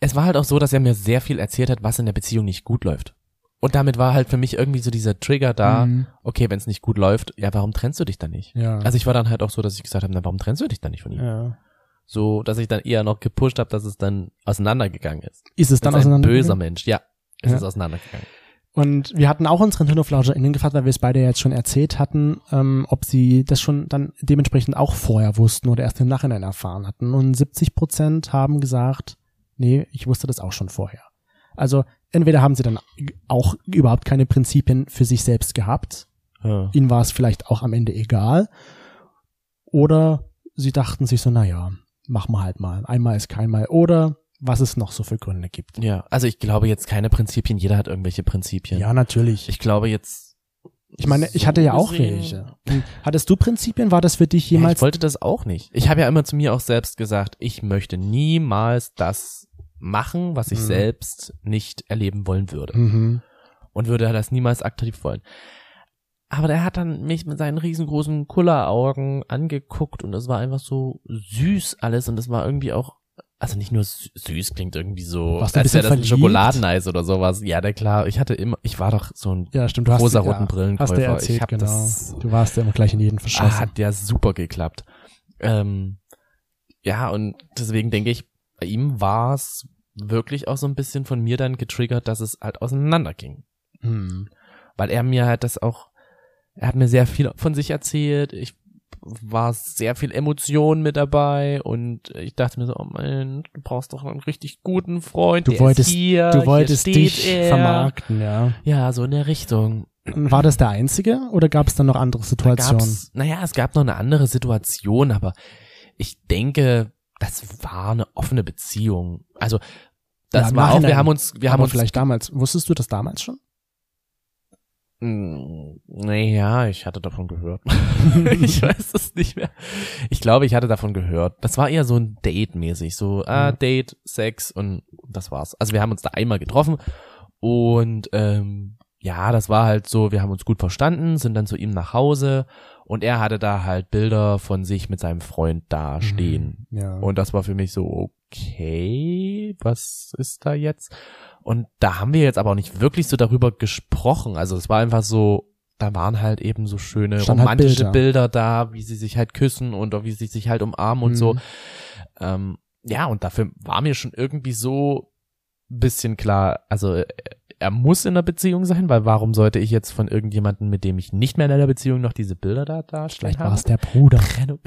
[SPEAKER 3] es war halt auch so, dass er mir sehr viel erzählt hat, was in der Beziehung nicht gut läuft. Und damit war halt für mich irgendwie so dieser Trigger da,
[SPEAKER 1] Mhm.
[SPEAKER 3] okay, wenn es nicht gut läuft, ja, warum trennst du dich dann nicht?
[SPEAKER 1] Ja.
[SPEAKER 3] Also ich war dann halt auch so, dass ich gesagt habe, na, warum trennst du dich dann nicht von ihm?
[SPEAKER 1] ja.
[SPEAKER 3] So, dass ich dann eher noch gepusht habe, dass es dann auseinandergegangen ist.
[SPEAKER 1] Ist es dann
[SPEAKER 3] Als ein
[SPEAKER 1] auseinander?
[SPEAKER 3] böser Mensch, ja. Es
[SPEAKER 1] Ja.
[SPEAKER 3] ist auseinandergegangen.
[SPEAKER 1] Und wir hatten auch unseren HinterflauscherInnen gefragt, weil wir es beide ja jetzt schon erzählt hatten, ähm, ob sie das schon dann dementsprechend auch vorher wussten oder erst im Nachhinein erfahren hatten. Und 70 Prozent haben gesagt, nee, ich wusste das auch schon vorher. Also entweder haben sie dann auch überhaupt keine Prinzipien für sich selbst gehabt,
[SPEAKER 3] Ja.
[SPEAKER 1] ihnen war es vielleicht auch am Ende egal, oder sie dachten sich so, naja, mach mal halt mal, einmal ist keinmal, oder was es noch so für Gründe gibt.
[SPEAKER 3] ja, also ich glaube jetzt keine Prinzipien, jeder hat irgendwelche Prinzipien.
[SPEAKER 1] Ja, natürlich.
[SPEAKER 3] Ich glaube jetzt.
[SPEAKER 1] Ich meine, ich
[SPEAKER 3] so
[SPEAKER 1] hatte ja auch
[SPEAKER 3] gesehen-
[SPEAKER 1] welche. Hattest du Prinzipien? War das für dich
[SPEAKER 3] Ja,
[SPEAKER 1] jemals?
[SPEAKER 3] ich wollte das auch nicht. Ich habe ja immer zu mir auch selbst gesagt, ich möchte niemals das machen, was ich
[SPEAKER 1] Mhm.
[SPEAKER 3] selbst nicht erleben wollen würde.
[SPEAKER 1] mhm.
[SPEAKER 3] Und würde das niemals aktiv wollen. Aber der hat dann mich mit seinen riesengroßen Kulleraugen angeguckt und das war einfach so süß alles und das war irgendwie auch, also nicht nur sü- süß klingt irgendwie so,
[SPEAKER 1] Warst du ein
[SPEAKER 3] als wäre
[SPEAKER 1] bisschen
[SPEAKER 3] das ein
[SPEAKER 1] verliebt?
[SPEAKER 3] Schokoladeneis oder sowas. Ja, na klar, ich hatte immer, ich war doch so ein
[SPEAKER 1] ja stimmt. Du hast
[SPEAKER 3] rosa-roten
[SPEAKER 1] ja, Hast
[SPEAKER 3] Brillenkäufer.
[SPEAKER 1] du ja erzählt,
[SPEAKER 3] ich hab
[SPEAKER 1] genau.
[SPEAKER 3] das
[SPEAKER 1] du warst ja immer gleich in jeden
[SPEAKER 3] Ah,
[SPEAKER 1] verschossen.
[SPEAKER 3] hat ja super geklappt. Ähm, ja, und deswegen denke ich, bei ihm war es wirklich auch so ein bisschen von mir dann getriggert, dass es halt auseinanderging.
[SPEAKER 1] Hm.
[SPEAKER 3] Weil er mir halt das auch, er hat mir sehr viel von sich erzählt. Ich war sehr viel Emotion mit dabei und ich dachte mir so, oh mein, du brauchst doch einen richtig guten Freund.
[SPEAKER 1] Du
[SPEAKER 3] der
[SPEAKER 1] wolltest-
[SPEAKER 3] ist hier,
[SPEAKER 1] Du wolltest
[SPEAKER 3] hier steht
[SPEAKER 1] dich
[SPEAKER 3] er.
[SPEAKER 1] vermarkten, ja.
[SPEAKER 3] Ja, so in der Richtung.
[SPEAKER 1] Und War das der einzige oder gab es dann noch andere Situationen?
[SPEAKER 3] Mhm. Gab's, naja, es gab noch eine andere Situation, aber ich denke, das war eine offene Beziehung. Also das
[SPEAKER 1] Ja, im
[SPEAKER 3] war auch, wir
[SPEAKER 1] Nachhinein.
[SPEAKER 3] haben uns, wir haben
[SPEAKER 1] Aber
[SPEAKER 3] uns,
[SPEAKER 1] vielleicht damals. Wusstest du das damals schon?
[SPEAKER 3] Mm, naja, ich hatte davon gehört. ich weiß es nicht mehr. Ich glaube, ich hatte davon gehört. Das war eher so ein Date-mäßig, so ah,
[SPEAKER 1] Mhm.
[SPEAKER 3] Date, Sex und das war's. Also wir haben uns da einmal getroffen und ähm, ja, das war halt so, wir haben uns gut verstanden, sind dann zu ihm nach Hause und er hatte da halt Bilder von sich mit seinem Freund da stehen.
[SPEAKER 1] Ja.
[SPEAKER 3] Und das war für mich so, okay, was ist da jetzt? Und da haben wir jetzt aber auch nicht wirklich so darüber gesprochen. Also es war einfach so, da waren halt eben so schöne
[SPEAKER 1] Stand halt
[SPEAKER 3] romantische
[SPEAKER 1] Bilder.
[SPEAKER 3] Bilder. da, wie sie sich halt küssen und auch wie sie sich halt umarmen und
[SPEAKER 1] Mhm.
[SPEAKER 3] so. Ähm, ja, und dafür war mir schon irgendwie so ein bisschen klar, also äh, er muss in einer Beziehung sein, weil warum sollte ich jetzt von irgendjemandem, mit dem ich nicht mehr in einer Beziehung noch diese Bilder da darstellen
[SPEAKER 1] vielleicht war
[SPEAKER 3] habe?
[SPEAKER 1] es der Bruder.
[SPEAKER 3] Trennung.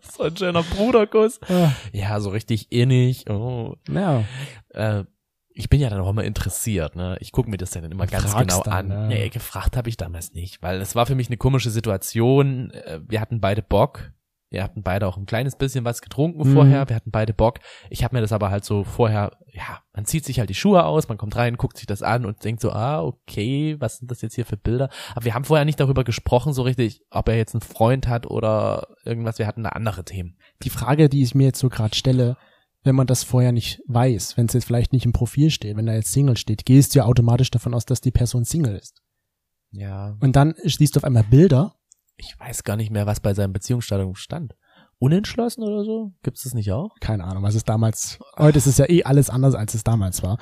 [SPEAKER 3] so ein schöner Bruderkuss.
[SPEAKER 1] Ah,
[SPEAKER 3] Ja, so richtig innig. Oh.
[SPEAKER 1] ja.
[SPEAKER 3] Äh, ich bin ja dann auch immer interessiert, ne? Ich gucke mir das dann immer ganz
[SPEAKER 1] Fragst
[SPEAKER 3] genau
[SPEAKER 1] dann,
[SPEAKER 3] an.
[SPEAKER 1] ne?
[SPEAKER 3] Nee, gefragt habe ich damals nicht, weil es war für mich eine komische Situation. Äh, Wir hatten beide Bock. Wir hatten beide auch ein kleines bisschen was getrunken
[SPEAKER 1] Mhm.
[SPEAKER 3] vorher. Wir hatten beide Bock. Ich habe mir das aber halt so vorher, ja, man zieht sich halt die Schuhe aus, man kommt rein, guckt sich das an und denkt so, ah, okay, was sind das jetzt hier für Bilder? Aber wir haben vorher nicht darüber gesprochen, so richtig, ob er jetzt einen Freund hat oder irgendwas. Wir hatten da andere Themen.
[SPEAKER 1] Die Frage, die ich mir jetzt so gerade stelle, wenn man das vorher nicht weiß, wenn es jetzt vielleicht nicht im Profil steht, wenn da jetzt Single steht, gehst du ja automatisch davon aus, dass die Person Single ist.
[SPEAKER 3] Ja.
[SPEAKER 1] Und dann siehst du auf einmal Bilder.
[SPEAKER 3] Ich weiß gar nicht mehr, was bei seinem Beziehungsstadium stand. Unentschlossen oder so? Gibt's das nicht auch?
[SPEAKER 1] Keine Ahnung, was es damals, heute ist es ja eh alles anders, als es damals war.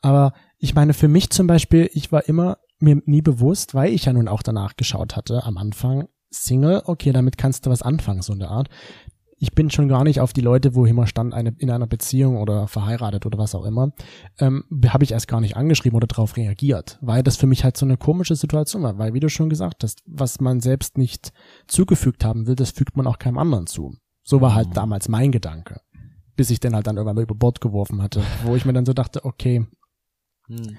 [SPEAKER 1] Aber ich meine, für mich zum Beispiel, ich war immer mir nie bewusst, weil ich ja nun auch danach geschaut hatte am Anfang, Single, okay, damit kannst du was anfangen, so eine Art. Ich bin schon gar nicht auf die Leute, wo immer stand, eine, in einer Beziehung oder verheiratet oder was auch immer, ähm, habe ich erst gar nicht angeschrieben oder darauf reagiert, weil das für mich halt so eine komische Situation war, weil wie du schon gesagt hast, was man selbst nicht zugefügt haben will, das fügt man auch keinem anderen zu. So war halt
[SPEAKER 3] Mhm.
[SPEAKER 1] damals mein Gedanke, bis ich den halt dann irgendwann mal über Bord geworfen hatte, wo ich mir dann so dachte, okay,
[SPEAKER 3] Hm.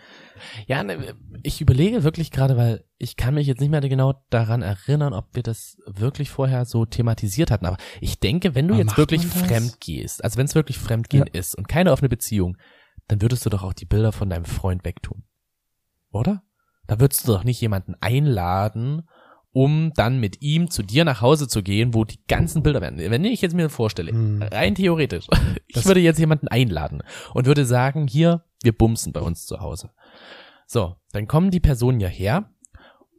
[SPEAKER 3] Ja, ne, ich überlege wirklich gerade, weil ich kann mich jetzt nicht mehr genau daran erinnern, ob wir das wirklich vorher so thematisiert hatten. Aber ich denke, wenn du
[SPEAKER 1] Aber
[SPEAKER 3] jetzt
[SPEAKER 1] macht
[SPEAKER 3] wirklich
[SPEAKER 1] man das?
[SPEAKER 3] fremd gehst, also wenn es wirklich Fremdgehen ist und keine offene Beziehung, dann würdest du doch auch die Bilder von deinem Freund wegtun. Oder? Da würdest du doch nicht jemanden einladen, um dann mit ihm zu dir nach Hause zu gehen, wo die ganzen Bilder werden. Wenn ich jetzt mir vorstelle,
[SPEAKER 1] Hm.
[SPEAKER 3] rein theoretisch, ich
[SPEAKER 1] Das-
[SPEAKER 3] würde jetzt jemanden einladen und würde sagen, hier, wir bumsen bei uns zu Hause. So, dann kommen die Personen ja her.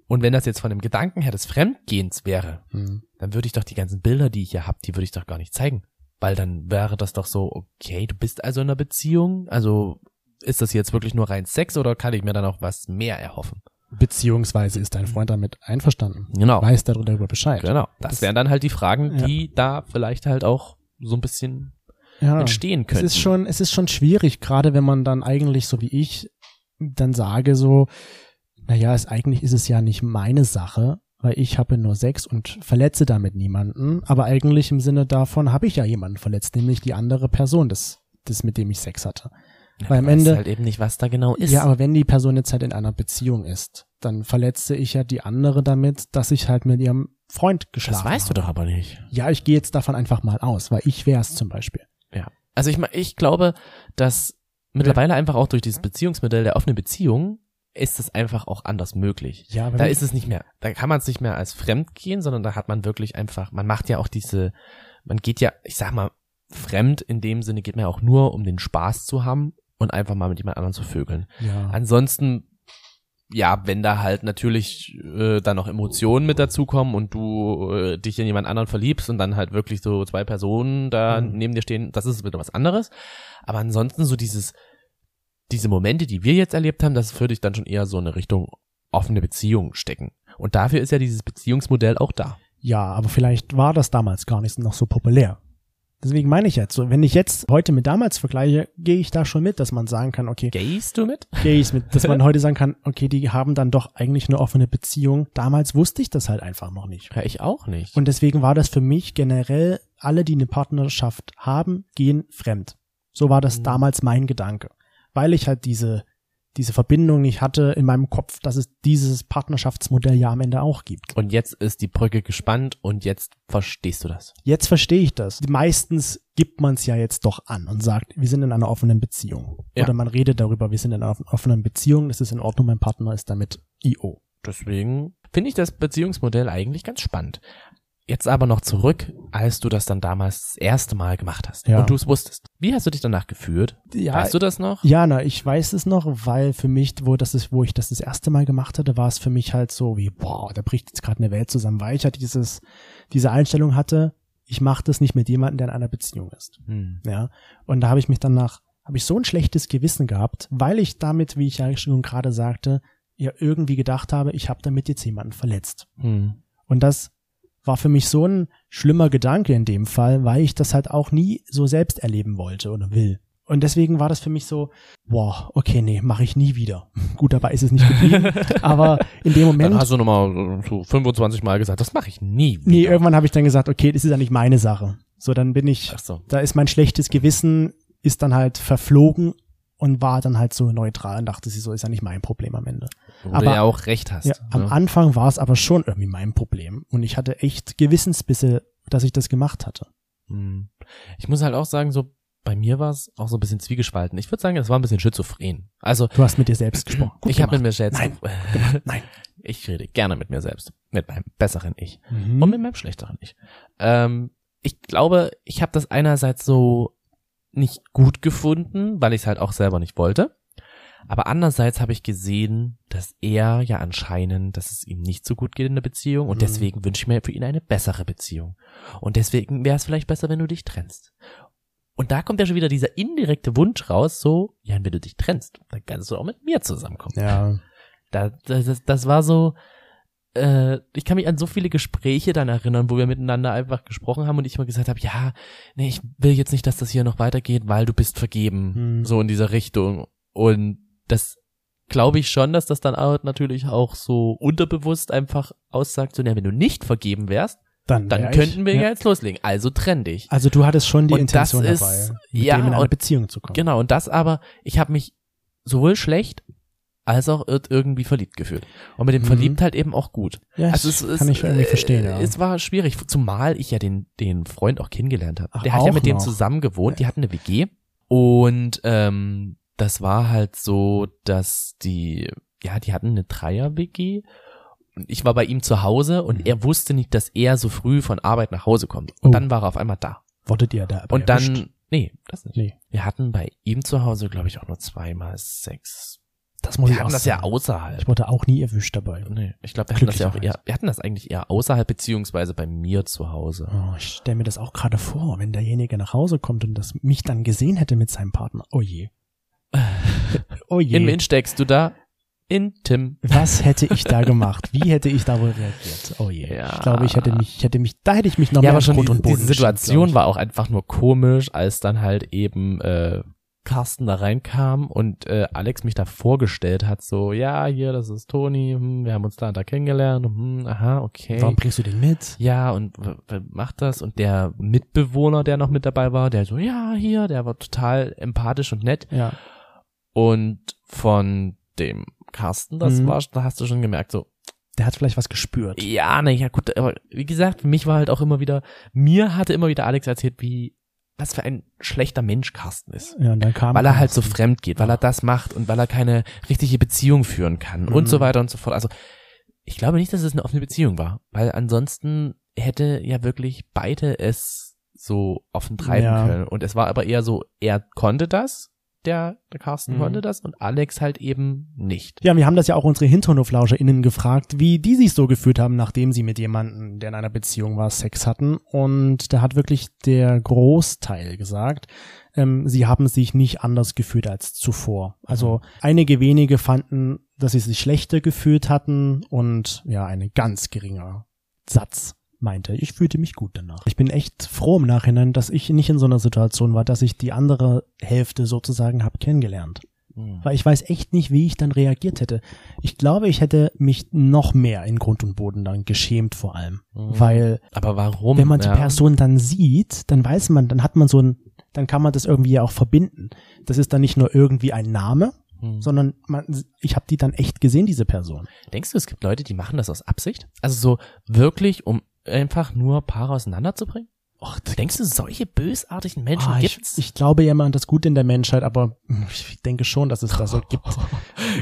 [SPEAKER 3] Und wenn das jetzt von dem Gedanken her des Fremdgehens wäre,
[SPEAKER 1] hm,
[SPEAKER 3] dann würde ich doch die ganzen Bilder, die ich hier hab, die würde ich doch gar nicht zeigen. Weil dann wäre das doch so, okay, du bist also in einer Beziehung. Also ist das jetzt wirklich nur rein Sex oder kann ich mir dann auch was mehr erhoffen?
[SPEAKER 1] beziehungsweise ist dein Freund damit einverstanden,
[SPEAKER 3] Genau.
[SPEAKER 1] weiß darüber Bescheid.
[SPEAKER 3] Genau. Das wären dann halt die Fragen,
[SPEAKER 1] Ja.
[SPEAKER 3] die da vielleicht halt auch so ein bisschen
[SPEAKER 1] Ja.
[SPEAKER 3] entstehen
[SPEAKER 1] Es
[SPEAKER 3] können.
[SPEAKER 1] ist schon, es ist schon schwierig, gerade wenn man dann eigentlich, so wie ich, dann sage so, naja, es, eigentlich ist es ja nicht meine Sache, weil ich habe nur Sex und verletze damit niemanden. Aber eigentlich im Sinne davon habe ich ja jemanden verletzt, nämlich die andere Person, das, das mit dem ich Sex hatte. weil am Ende-
[SPEAKER 3] halt eben nicht, was da genau ist.
[SPEAKER 1] Ja, aber wenn die Person jetzt halt in einer Beziehung ist, dann verletze ich ja die andere damit, dass ich halt mit ihrem Freund geschlafen
[SPEAKER 3] das weißt du doch aber nicht.
[SPEAKER 1] habe. Ja, ich gehe jetzt davon einfach mal aus, weil ich wär's zum Beispiel.
[SPEAKER 3] Ja. Also ich, mein, ich glaube, dass mittlerweile einfach auch durch dieses Beziehungsmodell der offenen Beziehung ist es einfach auch anders möglich.
[SPEAKER 1] Ja, aber
[SPEAKER 3] Da
[SPEAKER 1] wenn-
[SPEAKER 3] ist es nicht mehr, da kann man es nicht mehr als fremd gehen, sondern da hat man wirklich einfach, man macht ja auch diese, man geht ja, ich sag mal, fremd in dem Sinne geht man ja auch nur, um den Spaß zu haben und einfach mal mit jemand anderem zu vögeln.
[SPEAKER 1] Ja.
[SPEAKER 3] Ansonsten, ja, wenn da halt natürlich äh, dann noch Emotionen mit dazukommen und du äh, dich in jemand anderen verliebst und dann halt wirklich so zwei Personen da
[SPEAKER 1] Mhm.
[SPEAKER 3] neben dir stehen, das ist wieder was anderes. Aber ansonsten so dieses, diese Momente, die wir jetzt erlebt haben, das würde ich dann schon eher so in eine Richtung offene Beziehung stecken. Und dafür ist ja dieses Beziehungsmodell auch da.
[SPEAKER 1] Ja, aber vielleicht war das damals gar nicht noch so populär. Deswegen meine ich jetzt so, wenn ich jetzt heute mit damals vergleiche, gehe ich da schon mit, dass man sagen kann, okay,
[SPEAKER 3] Gehst du mit?
[SPEAKER 1] gehe ich mit, dass man heute sagen kann, okay, die haben dann doch eigentlich eine offene Beziehung. Damals wusste ich das halt einfach noch nicht.
[SPEAKER 3] Ja, ich auch nicht.
[SPEAKER 1] Und deswegen war das für mich generell, alle, die eine Partnerschaft haben, gehen fremd. So war das
[SPEAKER 3] Mhm.
[SPEAKER 1] damals mein Gedanke. Weil ich halt diese, diese Verbindung nicht hatte in meinem Kopf, dass es dieses Partnerschaftsmodell ja am Ende auch gibt.
[SPEAKER 3] und jetzt ist die Brücke gespannt und jetzt verstehst du das.
[SPEAKER 1] Jetzt verstehe ich das. Meistens gibt man es ja jetzt doch an und sagt, wir sind in einer offenen Beziehung.
[SPEAKER 3] Ja.
[SPEAKER 1] Oder man redet darüber, wir sind in einer offen- offenen Beziehung, das ist in Ordnung, mein Partner ist damit IO.
[SPEAKER 3] Deswegen finde ich das Beziehungsmodell eigentlich ganz spannend. Jetzt aber noch zurück, als du das dann damals das erste Mal gemacht hast
[SPEAKER 1] Ja.
[SPEAKER 3] und du es wusstest. Wie hast du dich danach gefühlt?
[SPEAKER 1] Ja,
[SPEAKER 3] weißt du das noch?
[SPEAKER 1] ja, na, ich weiß es noch, weil für mich, wo das ist, wo ich das das erste Mal gemacht hatte, war es für mich halt so wie, boah, da bricht jetzt gerade eine Welt zusammen, weil ich halt dieses, diese Einstellung hatte, ich mache das nicht mit jemandem, der in einer Beziehung ist.
[SPEAKER 3] Hm.
[SPEAKER 1] Ja. Und da habe ich mich danach, habe ich so ein schlechtes Gewissen gehabt, weil ich damit, wie ich ja schon gerade sagte, ja irgendwie gedacht habe, ich habe damit jetzt jemanden verletzt.
[SPEAKER 3] Hm.
[SPEAKER 1] Und das war für mich so ein schlimmer Gedanke in dem Fall, weil ich das halt auch nie so selbst erleben wollte oder will. Und deswegen war das für mich so, boah, okay, nee, mache ich nie wieder. Gut, dabei ist es nicht geblieben. aber in dem
[SPEAKER 3] Dann
[SPEAKER 1] Moment,
[SPEAKER 3] hast du nochmal so 25 Mal gesagt, das mache ich nie. Wieder.
[SPEAKER 1] nee, irgendwann habe ich dann gesagt, okay, das ist ja nicht meine Sache. So, dann bin ich
[SPEAKER 3] Ach so.
[SPEAKER 1] da ist mein schlechtes Gewissen, ist dann halt verflogen und war dann halt so neutral und dachte sie so, ist ja nicht mein Problem am Ende.
[SPEAKER 3] Wo
[SPEAKER 1] Aber-
[SPEAKER 3] du ja auch recht hast.
[SPEAKER 1] Ja, am
[SPEAKER 3] ne?
[SPEAKER 1] Anfang war es aber schon irgendwie mein Problem und ich hatte echt Gewissensbisse, dass ich das gemacht hatte.
[SPEAKER 3] Hm. Ich muss halt auch sagen, so bei mir war es auch so ein bisschen zwiegespalten. Ich würde sagen, es war ein bisschen schizophren. Also
[SPEAKER 1] Du hast mit dir selbst gesprochen. Gut
[SPEAKER 3] ich habe mit
[SPEAKER 1] gemacht.
[SPEAKER 3] mir selbst.
[SPEAKER 1] Nein. Nein.
[SPEAKER 3] Ich rede gerne mit mir selbst, mit meinem besseren Ich
[SPEAKER 1] Mhm.
[SPEAKER 3] und mit Um meinem schlechteren Ich. Ähm, ich glaube, ich habe das einerseits so nicht gut gefunden, weil ich es halt auch selber nicht wollte. Aber andererseits habe ich gesehen, dass er ja anscheinend, dass es ihm nicht so gut geht in der Beziehung und
[SPEAKER 1] Mhm.
[SPEAKER 3] deswegen wünsche ich mir für ihn eine bessere Beziehung. Und deswegen wäre es vielleicht besser, wenn du dich trennst. Und da kommt ja schon wieder dieser indirekte Wunsch raus, so, ja, wenn du dich trennst, dann kannst du auch mit mir zusammenkommen.
[SPEAKER 1] ja,
[SPEAKER 3] Da, das, das, das war so, äh, ich kann mich an so viele Gespräche dann erinnern, wo wir miteinander einfach gesprochen haben und ich immer gesagt habe, ja, nee, ich will jetzt nicht, dass das hier noch weitergeht, weil du bist vergeben,
[SPEAKER 1] Hm.
[SPEAKER 3] so in dieser Richtung. Und das glaube ich schon, dass das dann auch natürlich auch so unterbewusst einfach aussagt, so, nee, wenn du nicht vergeben wärst,
[SPEAKER 1] dann,
[SPEAKER 3] dann
[SPEAKER 1] wär ich-
[SPEAKER 3] könnten wir
[SPEAKER 1] ja.
[SPEAKER 3] jetzt loslegen. Also trenn dich.
[SPEAKER 1] Also du hattest schon die
[SPEAKER 3] Und
[SPEAKER 1] Intention
[SPEAKER 3] das ist-
[SPEAKER 1] dabei, mit
[SPEAKER 3] ja,
[SPEAKER 1] dem in eine
[SPEAKER 3] und-
[SPEAKER 1] Beziehung zu kommen.
[SPEAKER 3] Genau, und das aber, ich habe mich sowohl schlecht als auch ir- irgendwie verliebt gefühlt. Und mit dem
[SPEAKER 1] Mhm.
[SPEAKER 3] verliebt halt eben auch gut.
[SPEAKER 1] Ja,
[SPEAKER 3] Also
[SPEAKER 1] das
[SPEAKER 3] es, es,
[SPEAKER 1] kann ich irgendwie verstehen,
[SPEAKER 3] äh,
[SPEAKER 1] ja.
[SPEAKER 3] Es war schwierig, zumal ich ja den, den Freund auch kennengelernt habe.
[SPEAKER 1] Ach,
[SPEAKER 3] Der hat ja
[SPEAKER 1] auch
[SPEAKER 3] mit dem
[SPEAKER 1] noch.
[SPEAKER 3] zusammen gewohnt, die hatten eine WG und ähm, das war halt so, dass die, ja, die hatten eine Dreier-WG und ich war bei ihm zu Hause und er wusste nicht, dass er so früh von Arbeit nach Hause kommt. Und
[SPEAKER 1] Mhm. Oh.
[SPEAKER 3] dann war er auf einmal da.
[SPEAKER 1] Wurdet ihr da aber
[SPEAKER 3] Und
[SPEAKER 1] erwischt?
[SPEAKER 3] dann, nee, das nicht.
[SPEAKER 1] Nee.
[SPEAKER 3] Wir hatten bei ihm zu Hause, glaube ich, auch nur zweimal Sex.
[SPEAKER 1] Das muss
[SPEAKER 3] wir
[SPEAKER 1] ich
[SPEAKER 3] hatten
[SPEAKER 1] auch
[SPEAKER 3] das ja
[SPEAKER 1] sagen.
[SPEAKER 3] außerhalb.
[SPEAKER 1] Oh, Ich wurde auch nie erwischt dabei.
[SPEAKER 3] Nee, ich glaube, wir hatten das ja auch
[SPEAKER 1] Glücklicherweise.
[SPEAKER 3] eher, wir hatten das eigentlich eher außerhalb, beziehungsweise bei mir zu Hause.
[SPEAKER 1] Oh, ich stelle mir das auch gerade vor, wenn derjenige nach Hause kommt und das mich dann gesehen hätte mit seinem Partner. Oh je. Oh je.
[SPEAKER 3] In wen steckst du da? In Tim.
[SPEAKER 1] Was hätte ich da gemacht? Wie hätte ich da wohl reagiert? Oh je.
[SPEAKER 3] Ja.
[SPEAKER 1] Ich glaube, ich hätte mich, ich hätte mich, da hätte ich mich noch mehr auf Grund
[SPEAKER 3] die,
[SPEAKER 1] und Boden
[SPEAKER 3] diese Situation
[SPEAKER 1] geschickt,
[SPEAKER 3] war auch einfach nur komisch, als dann halt eben äh, Carsten da reinkam und äh, Alex mich da vorgestellt hat, so, ja, hier, das ist Toni, hm, wir haben uns da und da kennengelernt, hm, aha, okay.
[SPEAKER 1] glaub ich. Warum bringst du den mit?
[SPEAKER 3] ja, und w- w- macht das. Und der Mitbewohner, der noch mit dabei war, der so, ja, hier, der war total empathisch und nett.
[SPEAKER 1] Ja.
[SPEAKER 3] Und von dem Carsten, das
[SPEAKER 1] Mhm.
[SPEAKER 3] war, da hast du schon gemerkt, so,
[SPEAKER 1] Der hat vielleicht was gespürt.
[SPEAKER 3] ja, ne, ja gut, aber wie gesagt, für mich war halt auch immer wieder, mir hatte immer wieder Alex erzählt, wie, was für ein schlechter Mensch Carsten ist.
[SPEAKER 1] Ja, und dann kam.
[SPEAKER 3] Weil er halt so fremd geht, weil er das macht und weil er keine richtige Beziehung führen kann und
[SPEAKER 1] Mhm.
[SPEAKER 3] so weiter und so fort. Also ich glaube nicht, dass es eine offene Beziehung war, weil ansonsten hätte ja wirklich beide es so offen treiben
[SPEAKER 1] Ja.
[SPEAKER 3] können. Und es war aber eher so, er konnte das, der, der Carsten
[SPEAKER 1] Mhm.
[SPEAKER 3] konnte das und Alex halt eben nicht.
[SPEAKER 1] Ja, wir haben das ja auch unsere HinterhoflauscherInnen gefragt, wie die sich so gefühlt haben, nachdem sie mit jemandem, der in einer Beziehung war, Sex hatten. Und da hat wirklich der Großteil gesagt, ähm, sie haben sich nicht anders gefühlt als zuvor. Also einige wenige fanden, dass sie sich schlechter gefühlt hatten und ja, ein ganz geringer Satz meinte, ich fühlte mich gut danach. Ich bin echt froh im Nachhinein, dass ich nicht in so einer Situation war, dass ich die andere Hälfte sozusagen hab kennengelernt
[SPEAKER 3] Mhm.
[SPEAKER 1] weil ich weiß echt nicht, wie ich dann reagiert hätte. Ich glaube, ich hätte mich noch mehr in Grund und Boden dann geschämt vor allem, weil
[SPEAKER 3] Aber warum?
[SPEAKER 1] wenn man die
[SPEAKER 3] Mhm. ja?
[SPEAKER 1] Person dann sieht, dann weiß man, dann hat man so ein, dann kann man das irgendwie ja auch verbinden. Das ist dann nicht nur irgendwie ein Name,
[SPEAKER 3] Mhm.
[SPEAKER 1] sondern man, ich habe die dann echt gesehen, diese Person.
[SPEAKER 3] Denkst du, es gibt Leute, die machen das aus Absicht? Also so wirklich, um einfach nur Paare auseinanderzubringen? Och, denkst du, solche bösartigen Menschen
[SPEAKER 1] Ah, ich,
[SPEAKER 3] gibt's?
[SPEAKER 1] ich glaube ja, man hat das gut in der Menschheit, aber ich denke schon, dass es das so gibt,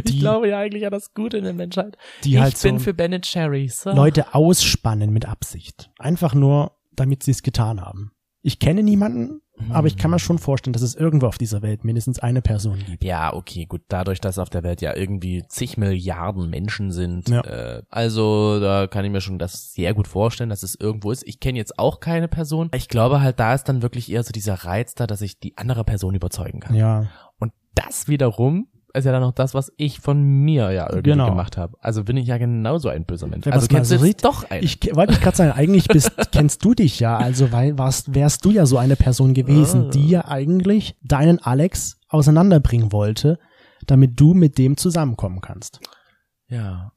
[SPEAKER 1] die-
[SPEAKER 3] ja eigentlich an das Gute in der Menschheit.
[SPEAKER 1] die halt so
[SPEAKER 3] Bennett Cherry. So.
[SPEAKER 1] Leute ausspannen mit Absicht. Einfach nur, damit sie es getan haben. Ich kenne niemanden,
[SPEAKER 3] Hm.
[SPEAKER 1] Aber ich kann mir schon vorstellen, dass es irgendwo auf dieser Welt mindestens eine Person gibt.
[SPEAKER 3] Ja, okay, gut. Dadurch, dass auf der Welt ja irgendwie zig Milliarden Menschen sind,
[SPEAKER 1] Ja.
[SPEAKER 3] äh, also da kann ich mir schon das sehr gut vorstellen, dass es irgendwo ist. Ich kenne jetzt auch keine Person. Ich glaube halt, da ist dann wirklich eher so dieser Reiz da, dass ich die andere Person überzeugen kann.
[SPEAKER 1] Ja.
[SPEAKER 3] Und das wiederum ist ja dann noch das, was ich von mir ja irgendwie
[SPEAKER 1] Genau.
[SPEAKER 3] gemacht habe. Also bin ich ja genauso ein böser Mensch.
[SPEAKER 1] Wenn
[SPEAKER 3] also
[SPEAKER 1] man's mal
[SPEAKER 3] kennst
[SPEAKER 1] so
[SPEAKER 3] du jetzt
[SPEAKER 1] sieht,
[SPEAKER 3] doch einen.
[SPEAKER 1] Ich ke- wollte ich gerade sagen, eigentlich bist, kennst du dich ja, also weil warst, wärst du ja so eine Person
[SPEAKER 3] Ah.
[SPEAKER 1] gewesen, die ja eigentlich deinen Alex auseinanderbringen wollte, damit du mit dem zusammenkommen kannst.
[SPEAKER 3] ja,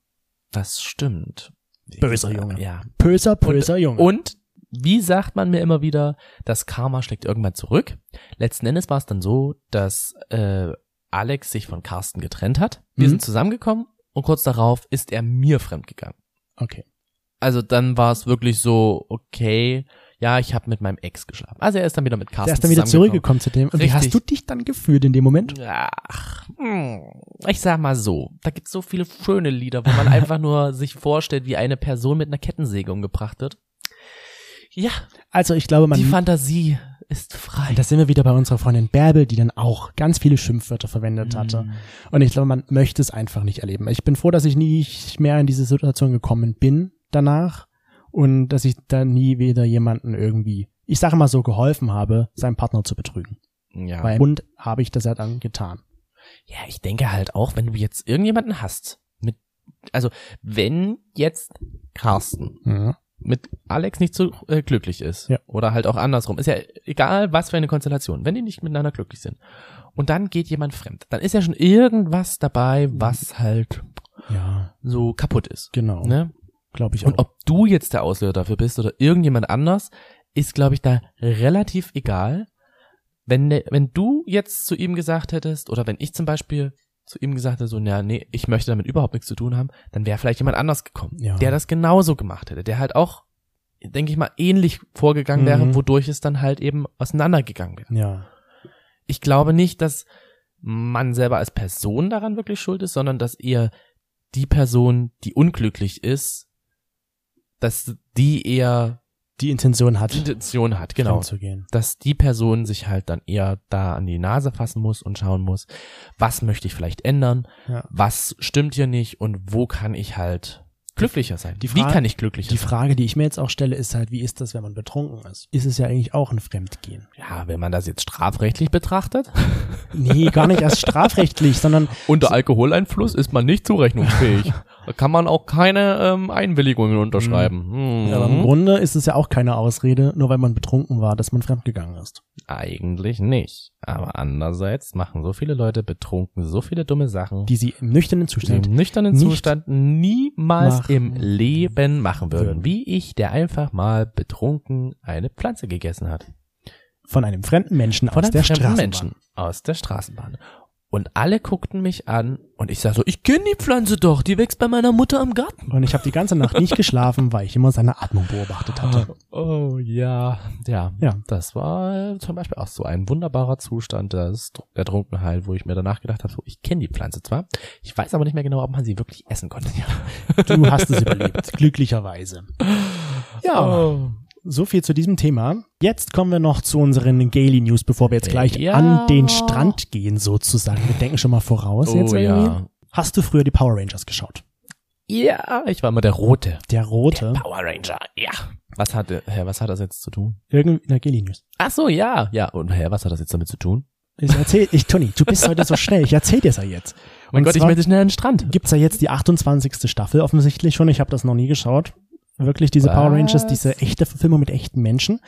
[SPEAKER 3] das stimmt.
[SPEAKER 1] Böser Junge.
[SPEAKER 3] Ja.
[SPEAKER 1] Böser, böser Junge.
[SPEAKER 3] Und wie sagt man mir immer wieder, das Karma schlägt irgendwann zurück. Letzten Endes war es dann so, dass äh, Alex sich von Carsten getrennt hat. Wir
[SPEAKER 1] Mhm.
[SPEAKER 3] sind zusammengekommen und kurz darauf ist er mir fremdgegangen.
[SPEAKER 1] Okay.
[SPEAKER 3] Also dann war es wirklich so, okay, ja, ich habe mit meinem Ex geschlafen. Also er ist dann wieder mit Carsten
[SPEAKER 1] Der ist dann wieder
[SPEAKER 3] zusammengekommen.
[SPEAKER 1] zurückgekommen zu dem. Und wie
[SPEAKER 3] Richtig.
[SPEAKER 1] hast du dich dann gefühlt in dem Moment?
[SPEAKER 3] Ach, hm, ich sag mal so, da gibt's so viele schöne Lieder, wo man einfach nur sich vorstellt, wie eine Person mit einer Kettensäge umgebracht wird. Ja,
[SPEAKER 1] Also ich glaube, man.
[SPEAKER 3] die Fantasie ist frei.
[SPEAKER 1] da sind wir wieder bei unserer Freundin Bärbel, die dann auch ganz viele Schimpfwörter
[SPEAKER 3] Mhm.
[SPEAKER 1] verwendet hatte.
[SPEAKER 3] Hm.
[SPEAKER 1] Und ich glaube, man möchte es einfach nicht erleben. Ich bin froh, dass ich nicht mehr in diese Situation gekommen bin danach und dass ich da nie wieder jemanden irgendwie, ich sage mal so, geholfen habe, seinen Partner zu betrügen.
[SPEAKER 3] ja.
[SPEAKER 1] Weil im Bund habe ich das ja dann getan.
[SPEAKER 3] ja, ich denke halt auch, wenn du jetzt irgendjemanden hast, mit, also wenn jetzt Carsten
[SPEAKER 1] Mhm.
[SPEAKER 3] mit Alex nicht so äh, glücklich ist
[SPEAKER 1] Ja.
[SPEAKER 3] oder halt auch andersrum, ist ja egal, was für eine Konstellation, wenn die nicht miteinander glücklich sind und dann geht jemand fremd, dann ist ja schon irgendwas dabei, was halt
[SPEAKER 1] Ja,
[SPEAKER 3] so kaputt ist.
[SPEAKER 1] genau.
[SPEAKER 3] Ne?
[SPEAKER 1] Glaube ich auch.
[SPEAKER 3] Und ob du jetzt der Auslöser dafür bist oder irgendjemand anders, ist, glaube ich, da relativ egal. Wenn, ne- wenn du jetzt zu ihm gesagt hättest, oder wenn ich zum Beispiel zu ihm gesagt hätte, so, na, nee, ich möchte damit überhaupt nichts zu tun haben, dann wäre vielleicht jemand anders gekommen,
[SPEAKER 1] Ja.
[SPEAKER 3] der das genauso gemacht hätte, der halt auch, denke ich mal, ähnlich vorgegangen wäre,
[SPEAKER 1] Mhm.
[SPEAKER 3] wodurch es dann halt eben auseinandergegangen wäre.
[SPEAKER 1] ja.
[SPEAKER 3] Ich glaube nicht, dass man selber als Person daran wirklich schuld ist, sondern dass eher die Person, die unglücklich ist, dass die eher
[SPEAKER 1] Die Intention hat,
[SPEAKER 3] die Intention hat, genau.
[SPEAKER 1] zu gehen.
[SPEAKER 3] Dass die Person sich halt dann eher da an die Nase fassen muss und schauen muss, was möchte ich vielleicht ändern,
[SPEAKER 1] Ja.
[SPEAKER 3] was stimmt hier nicht und wo kann ich halt glücklicher sein.
[SPEAKER 1] die
[SPEAKER 3] Wie
[SPEAKER 1] Fra-
[SPEAKER 3] kann ich glücklicher
[SPEAKER 1] Die
[SPEAKER 3] sein?
[SPEAKER 1] Frage, die ich mir jetzt auch stelle, ist halt, wie ist das, wenn man betrunken ist? Ist es ja eigentlich auch ein Fremdgehen?
[SPEAKER 3] Ja, wenn man das jetzt strafrechtlich betrachtet,
[SPEAKER 1] Nee, gar nicht erst strafrechtlich, sondern
[SPEAKER 3] Unter Alkoholeinfluss ist man nicht zurechnungsfähig. Da kann man auch keine ähm, Einwilligungen unterschreiben. Hm.
[SPEAKER 1] aber im Grunde ist es ja auch keine Ausrede, nur weil man betrunken war, dass man fremdgegangen ist.
[SPEAKER 3] Eigentlich nicht. Aber andererseits machen so viele Leute betrunken so viele dumme Sachen,
[SPEAKER 1] Die sie im nüchternen
[SPEAKER 3] die sie
[SPEAKER 1] Zustand
[SPEAKER 3] im nüchternen
[SPEAKER 1] nicht
[SPEAKER 3] Zustand niemals
[SPEAKER 1] machen
[SPEAKER 3] im Leben machen würden.
[SPEAKER 1] würden.
[SPEAKER 3] Wie ich, der einfach mal betrunken eine Pflanze gegessen hat.
[SPEAKER 1] von einem fremden Menschen
[SPEAKER 3] Von
[SPEAKER 1] aus
[SPEAKER 3] einem
[SPEAKER 1] der
[SPEAKER 3] fremden
[SPEAKER 1] Straßenbahn.
[SPEAKER 3] Menschen aus der Straßenbahn. Und alle guckten mich an und ich sag so, ich kenne die Pflanze doch, die wächst bei meiner Mutter im Garten.
[SPEAKER 1] Und ich habe die ganze Nacht nicht geschlafen, weil ich immer seine Atmung beobachtet hatte.
[SPEAKER 3] Oh ja, ja,
[SPEAKER 1] Ja.
[SPEAKER 3] Das war äh, zum Beispiel auch so ein wunderbarer Zustand des, der Trunkenheit, wo ich mir danach gedacht habe, so, ich kenne die Pflanze zwar, ich weiß aber nicht mehr genau, ob man sie wirklich essen konnte.
[SPEAKER 1] Du hast es überlebt, glücklicherweise. Ja,
[SPEAKER 3] Oh.
[SPEAKER 1] so viel zu diesem Thema. Jetzt kommen wir noch zu unseren Gaily News, bevor wir jetzt gleich
[SPEAKER 3] Ja.
[SPEAKER 1] an den Strand gehen sozusagen. Wir denken schon mal voraus
[SPEAKER 3] Oh
[SPEAKER 1] jetzt irgendwie.
[SPEAKER 3] ja.
[SPEAKER 1] Hast du früher die Power Rangers geschaut?
[SPEAKER 3] Ja, ich war immer der Rote.
[SPEAKER 1] Der rote,
[SPEAKER 3] Power Ranger, ja. Was hatte, hä, was hat das jetzt zu tun?
[SPEAKER 1] irgendwie in der Gaily News.
[SPEAKER 3] Ach so, ja, ja. Und hä, was hat das jetzt damit zu tun?
[SPEAKER 1] Ich erzähl, ich, Toni, du bist heute so schnell. Ich erzähl dir's ja jetzt.
[SPEAKER 3] Mein
[SPEAKER 1] Und
[SPEAKER 3] Gott, ich
[SPEAKER 1] zwar-
[SPEAKER 3] möchte schnell an den Strand.
[SPEAKER 1] Gibt's ja jetzt die 28. Staffel offensichtlich schon. Ich habe das noch nie geschaut. Wirklich diese Power Rangers,
[SPEAKER 3] Was?
[SPEAKER 1] diese echte Verfilmung mit echten Menschen.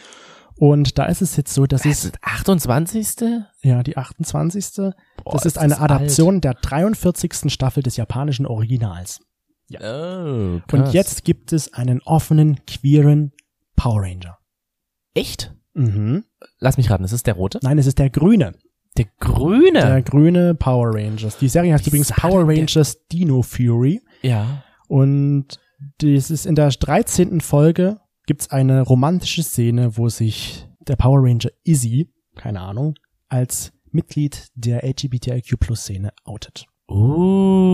[SPEAKER 1] Und da ist es jetzt so, dass
[SPEAKER 3] Das
[SPEAKER 1] es
[SPEAKER 3] ist 28.
[SPEAKER 1] ja die 28.
[SPEAKER 3] Boah,
[SPEAKER 1] das ist eine Adaption der 43. Staffel des japanischen Originals.
[SPEAKER 3] Alt. Oh,
[SPEAKER 1] Und
[SPEAKER 3] krass.
[SPEAKER 1] jetzt gibt es einen offenen, queeren Power Ranger.
[SPEAKER 3] echt?
[SPEAKER 1] Mhm.
[SPEAKER 3] Lass mich raten, ist es der Rote?
[SPEAKER 1] Nein, es ist der grüne.
[SPEAKER 3] Der Grüne.
[SPEAKER 1] Der grüne Power Rangers. Die Serie heißt
[SPEAKER 3] Wie
[SPEAKER 1] übrigens
[SPEAKER 3] sah
[SPEAKER 1] Power
[SPEAKER 3] denn der-
[SPEAKER 1] Rangers Dino Fury.
[SPEAKER 3] ja.
[SPEAKER 1] Und das ist in der 13. Folge gibt's eine romantische Szene, wo sich der Power Ranger Izzy, keine Ahnung, als Mitglied der LGBTIQ-Plus-Szene outet.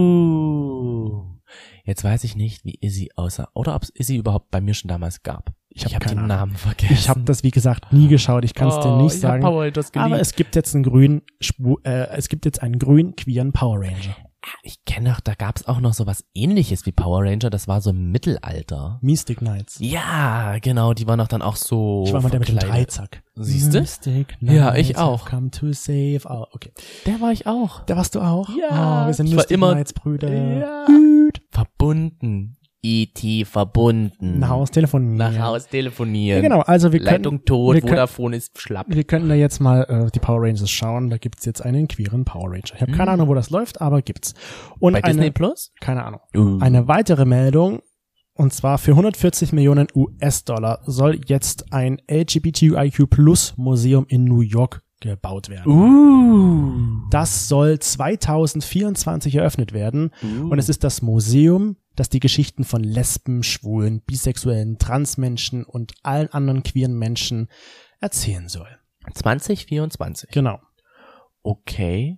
[SPEAKER 3] Uh. Jetzt weiß ich nicht, wie Izzy aussah. Oder ob es Izzy überhaupt bei mir schon damals gab.
[SPEAKER 1] Ich hab
[SPEAKER 3] den
[SPEAKER 1] keine Ahnung.
[SPEAKER 3] Namen Ah. Oh, vergessen.
[SPEAKER 1] Ich habe das, wie gesagt, nie geschaut. Ich kann es dir nicht sagen. Aber es gibt jetzt einen grünen, schwu- äh, es gibt jetzt einen grünen queeren Power Ranger.
[SPEAKER 3] ich kenne doch, da gab es auch noch so was ähnliches wie Power Ranger. Das war so im Mittelalter.
[SPEAKER 1] Mystic Knights.
[SPEAKER 3] Ja, genau. Die waren doch dann auch so
[SPEAKER 1] Ich war mal der mit dem
[SPEAKER 3] verkleidet.
[SPEAKER 1] Dreizack.
[SPEAKER 3] Siehste?
[SPEAKER 1] Mystic Knights.
[SPEAKER 3] Ja, ich auch.
[SPEAKER 1] have Come to save. Oh, okay.
[SPEAKER 3] Der war ich auch.
[SPEAKER 1] Da warst du auch?
[SPEAKER 3] Ja,
[SPEAKER 1] Oh, wir sind
[SPEAKER 3] ich war
[SPEAKER 1] Mystic
[SPEAKER 3] immer-
[SPEAKER 1] Knights Brüder.
[SPEAKER 3] Ja.
[SPEAKER 1] Gut.
[SPEAKER 3] Verbunden. E.T. verbunden.
[SPEAKER 1] Nach Haus telefonieren.
[SPEAKER 3] Nach Haus telefonieren.
[SPEAKER 1] Ja, genau, also wir
[SPEAKER 3] Leitung
[SPEAKER 1] können,
[SPEAKER 3] tot,
[SPEAKER 1] wir können-
[SPEAKER 3] Vodafone ist schlapp.
[SPEAKER 1] wir könnten da jetzt mal äh, die Power Rangers schauen. Da gibt's jetzt einen queeren Power Ranger. Ich habe keine Ahnung, wo das läuft, aber gibt's. Und
[SPEAKER 3] Hm. Bei
[SPEAKER 1] eine,
[SPEAKER 3] Disney Plus?
[SPEAKER 1] keine Ahnung.
[SPEAKER 3] Uh.
[SPEAKER 1] Eine weitere Meldung, und zwar für 140 Millionen US-Dollar soll jetzt ein LGBTIQ Plus Museum in New York gebaut werden.
[SPEAKER 3] Uh.
[SPEAKER 1] Das soll 2024 eröffnet werden.
[SPEAKER 3] Uh.
[SPEAKER 1] Und es ist das Museum, das die Geschichten von Lesben, Schwulen, Bisexuellen, Transmenschen und allen anderen queeren Menschen erzählen soll.
[SPEAKER 3] 2024.
[SPEAKER 1] Genau.
[SPEAKER 3] Okay.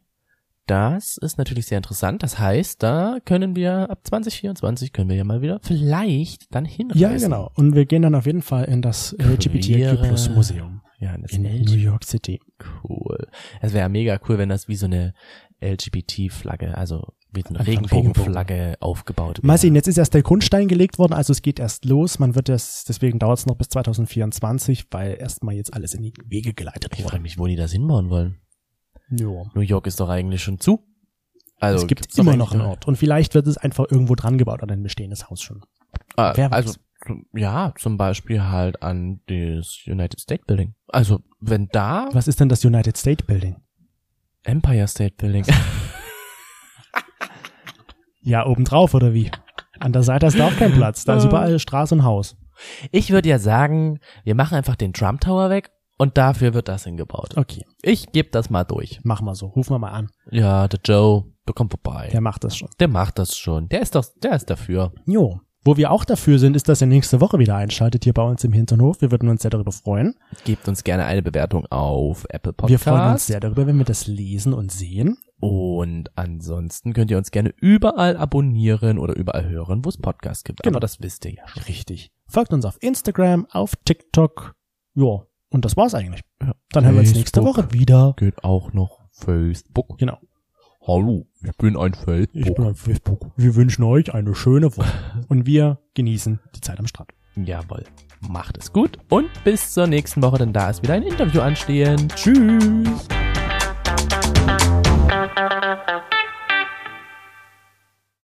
[SPEAKER 3] Das ist natürlich sehr interessant. Das heißt, da können wir ab 2024 können wir ja mal wieder vielleicht dann hinreisen.
[SPEAKER 1] Ja, genau. Und wir gehen dann auf jeden Fall in das äh, LGBTIQ Plus Museum
[SPEAKER 3] Ja, das
[SPEAKER 1] in
[SPEAKER 3] ist
[SPEAKER 1] New York City.
[SPEAKER 3] cool. Es wäre mega cool, wenn das wie so eine LGBT-Flagge, also mit einer
[SPEAKER 1] Einfach ein
[SPEAKER 3] Regenbogenflagge aufgebaut
[SPEAKER 1] Mal
[SPEAKER 3] wäre.
[SPEAKER 1] sehen, jetzt ist erst der Grundstein gelegt worden, also es geht erst los. Man wird das, deswegen dauert es noch bis 2024, weil erstmal jetzt alles in die Wege geleitet
[SPEAKER 3] Ich
[SPEAKER 1] wurde.
[SPEAKER 3] frage mich, wo die das hinbauen wollen.
[SPEAKER 1] Ja.
[SPEAKER 3] New York ist doch eigentlich schon zu. Also
[SPEAKER 1] es gibt
[SPEAKER 3] gibt's doch
[SPEAKER 1] immer
[SPEAKER 3] eigentlich
[SPEAKER 1] noch einen Ort. Und vielleicht wird es einfach irgendwo dran gebaut an ein bestehendes Haus schon.
[SPEAKER 3] Ah,
[SPEAKER 1] Wer weiß.
[SPEAKER 3] also zum- ja, zum Beispiel halt an das United State Building. Also wenn da
[SPEAKER 1] Was ist denn das United State Building?
[SPEAKER 3] Empire State Building.
[SPEAKER 1] Ja, obendrauf oder wie? An der Seite ist da auch kein Platz. Da ist
[SPEAKER 3] Äh.
[SPEAKER 1] überall Straße und Haus.
[SPEAKER 3] Ich würde ja sagen, wir machen einfach den Trump Tower weg und dafür wird das hingebaut.
[SPEAKER 1] Okay,
[SPEAKER 3] Ich gebe das mal durch.
[SPEAKER 1] machen wir so. Rufen wir mal an.
[SPEAKER 3] Ja, der Joe, der kommt vorbei.
[SPEAKER 1] Der macht das schon.
[SPEAKER 3] Der macht das schon. Der ist doch, der ist dafür.
[SPEAKER 1] Jo. Wo wir auch dafür sind, ist, dass ihr nächste Woche wieder einschaltet hier bei uns im Hinternhof. Wir würden uns sehr darüber freuen.
[SPEAKER 3] Gebt uns gerne eine Bewertung auf Apple Podcast.
[SPEAKER 1] Wir freuen uns sehr darüber, wenn wir das lesen und sehen.
[SPEAKER 3] Und ansonsten könnt ihr uns gerne überall abonnieren oder überall hören, wo es Podcasts gibt.
[SPEAKER 1] Genau.
[SPEAKER 3] Aber das wisst ihr ja schon.
[SPEAKER 1] Richtig. Folgt uns auf Instagram, auf TikTok. Jo. Und das war's eigentlich. Dann hören wir uns nächste
[SPEAKER 3] Facebook.
[SPEAKER 1] Woche wieder.
[SPEAKER 3] Geht auch noch Facebook.
[SPEAKER 1] Genau.
[SPEAKER 3] Hallo, ich bin ein
[SPEAKER 1] Ich
[SPEAKER 3] Feldbock.
[SPEAKER 1] bin auf Facebook. Wir wünschen euch eine schöne Woche. Und wir genießen die Zeit am Strand.
[SPEAKER 3] Jawohl. Macht es gut und bis zur nächsten Woche, denn da ist wieder ein Interview anstehend. Tschüss.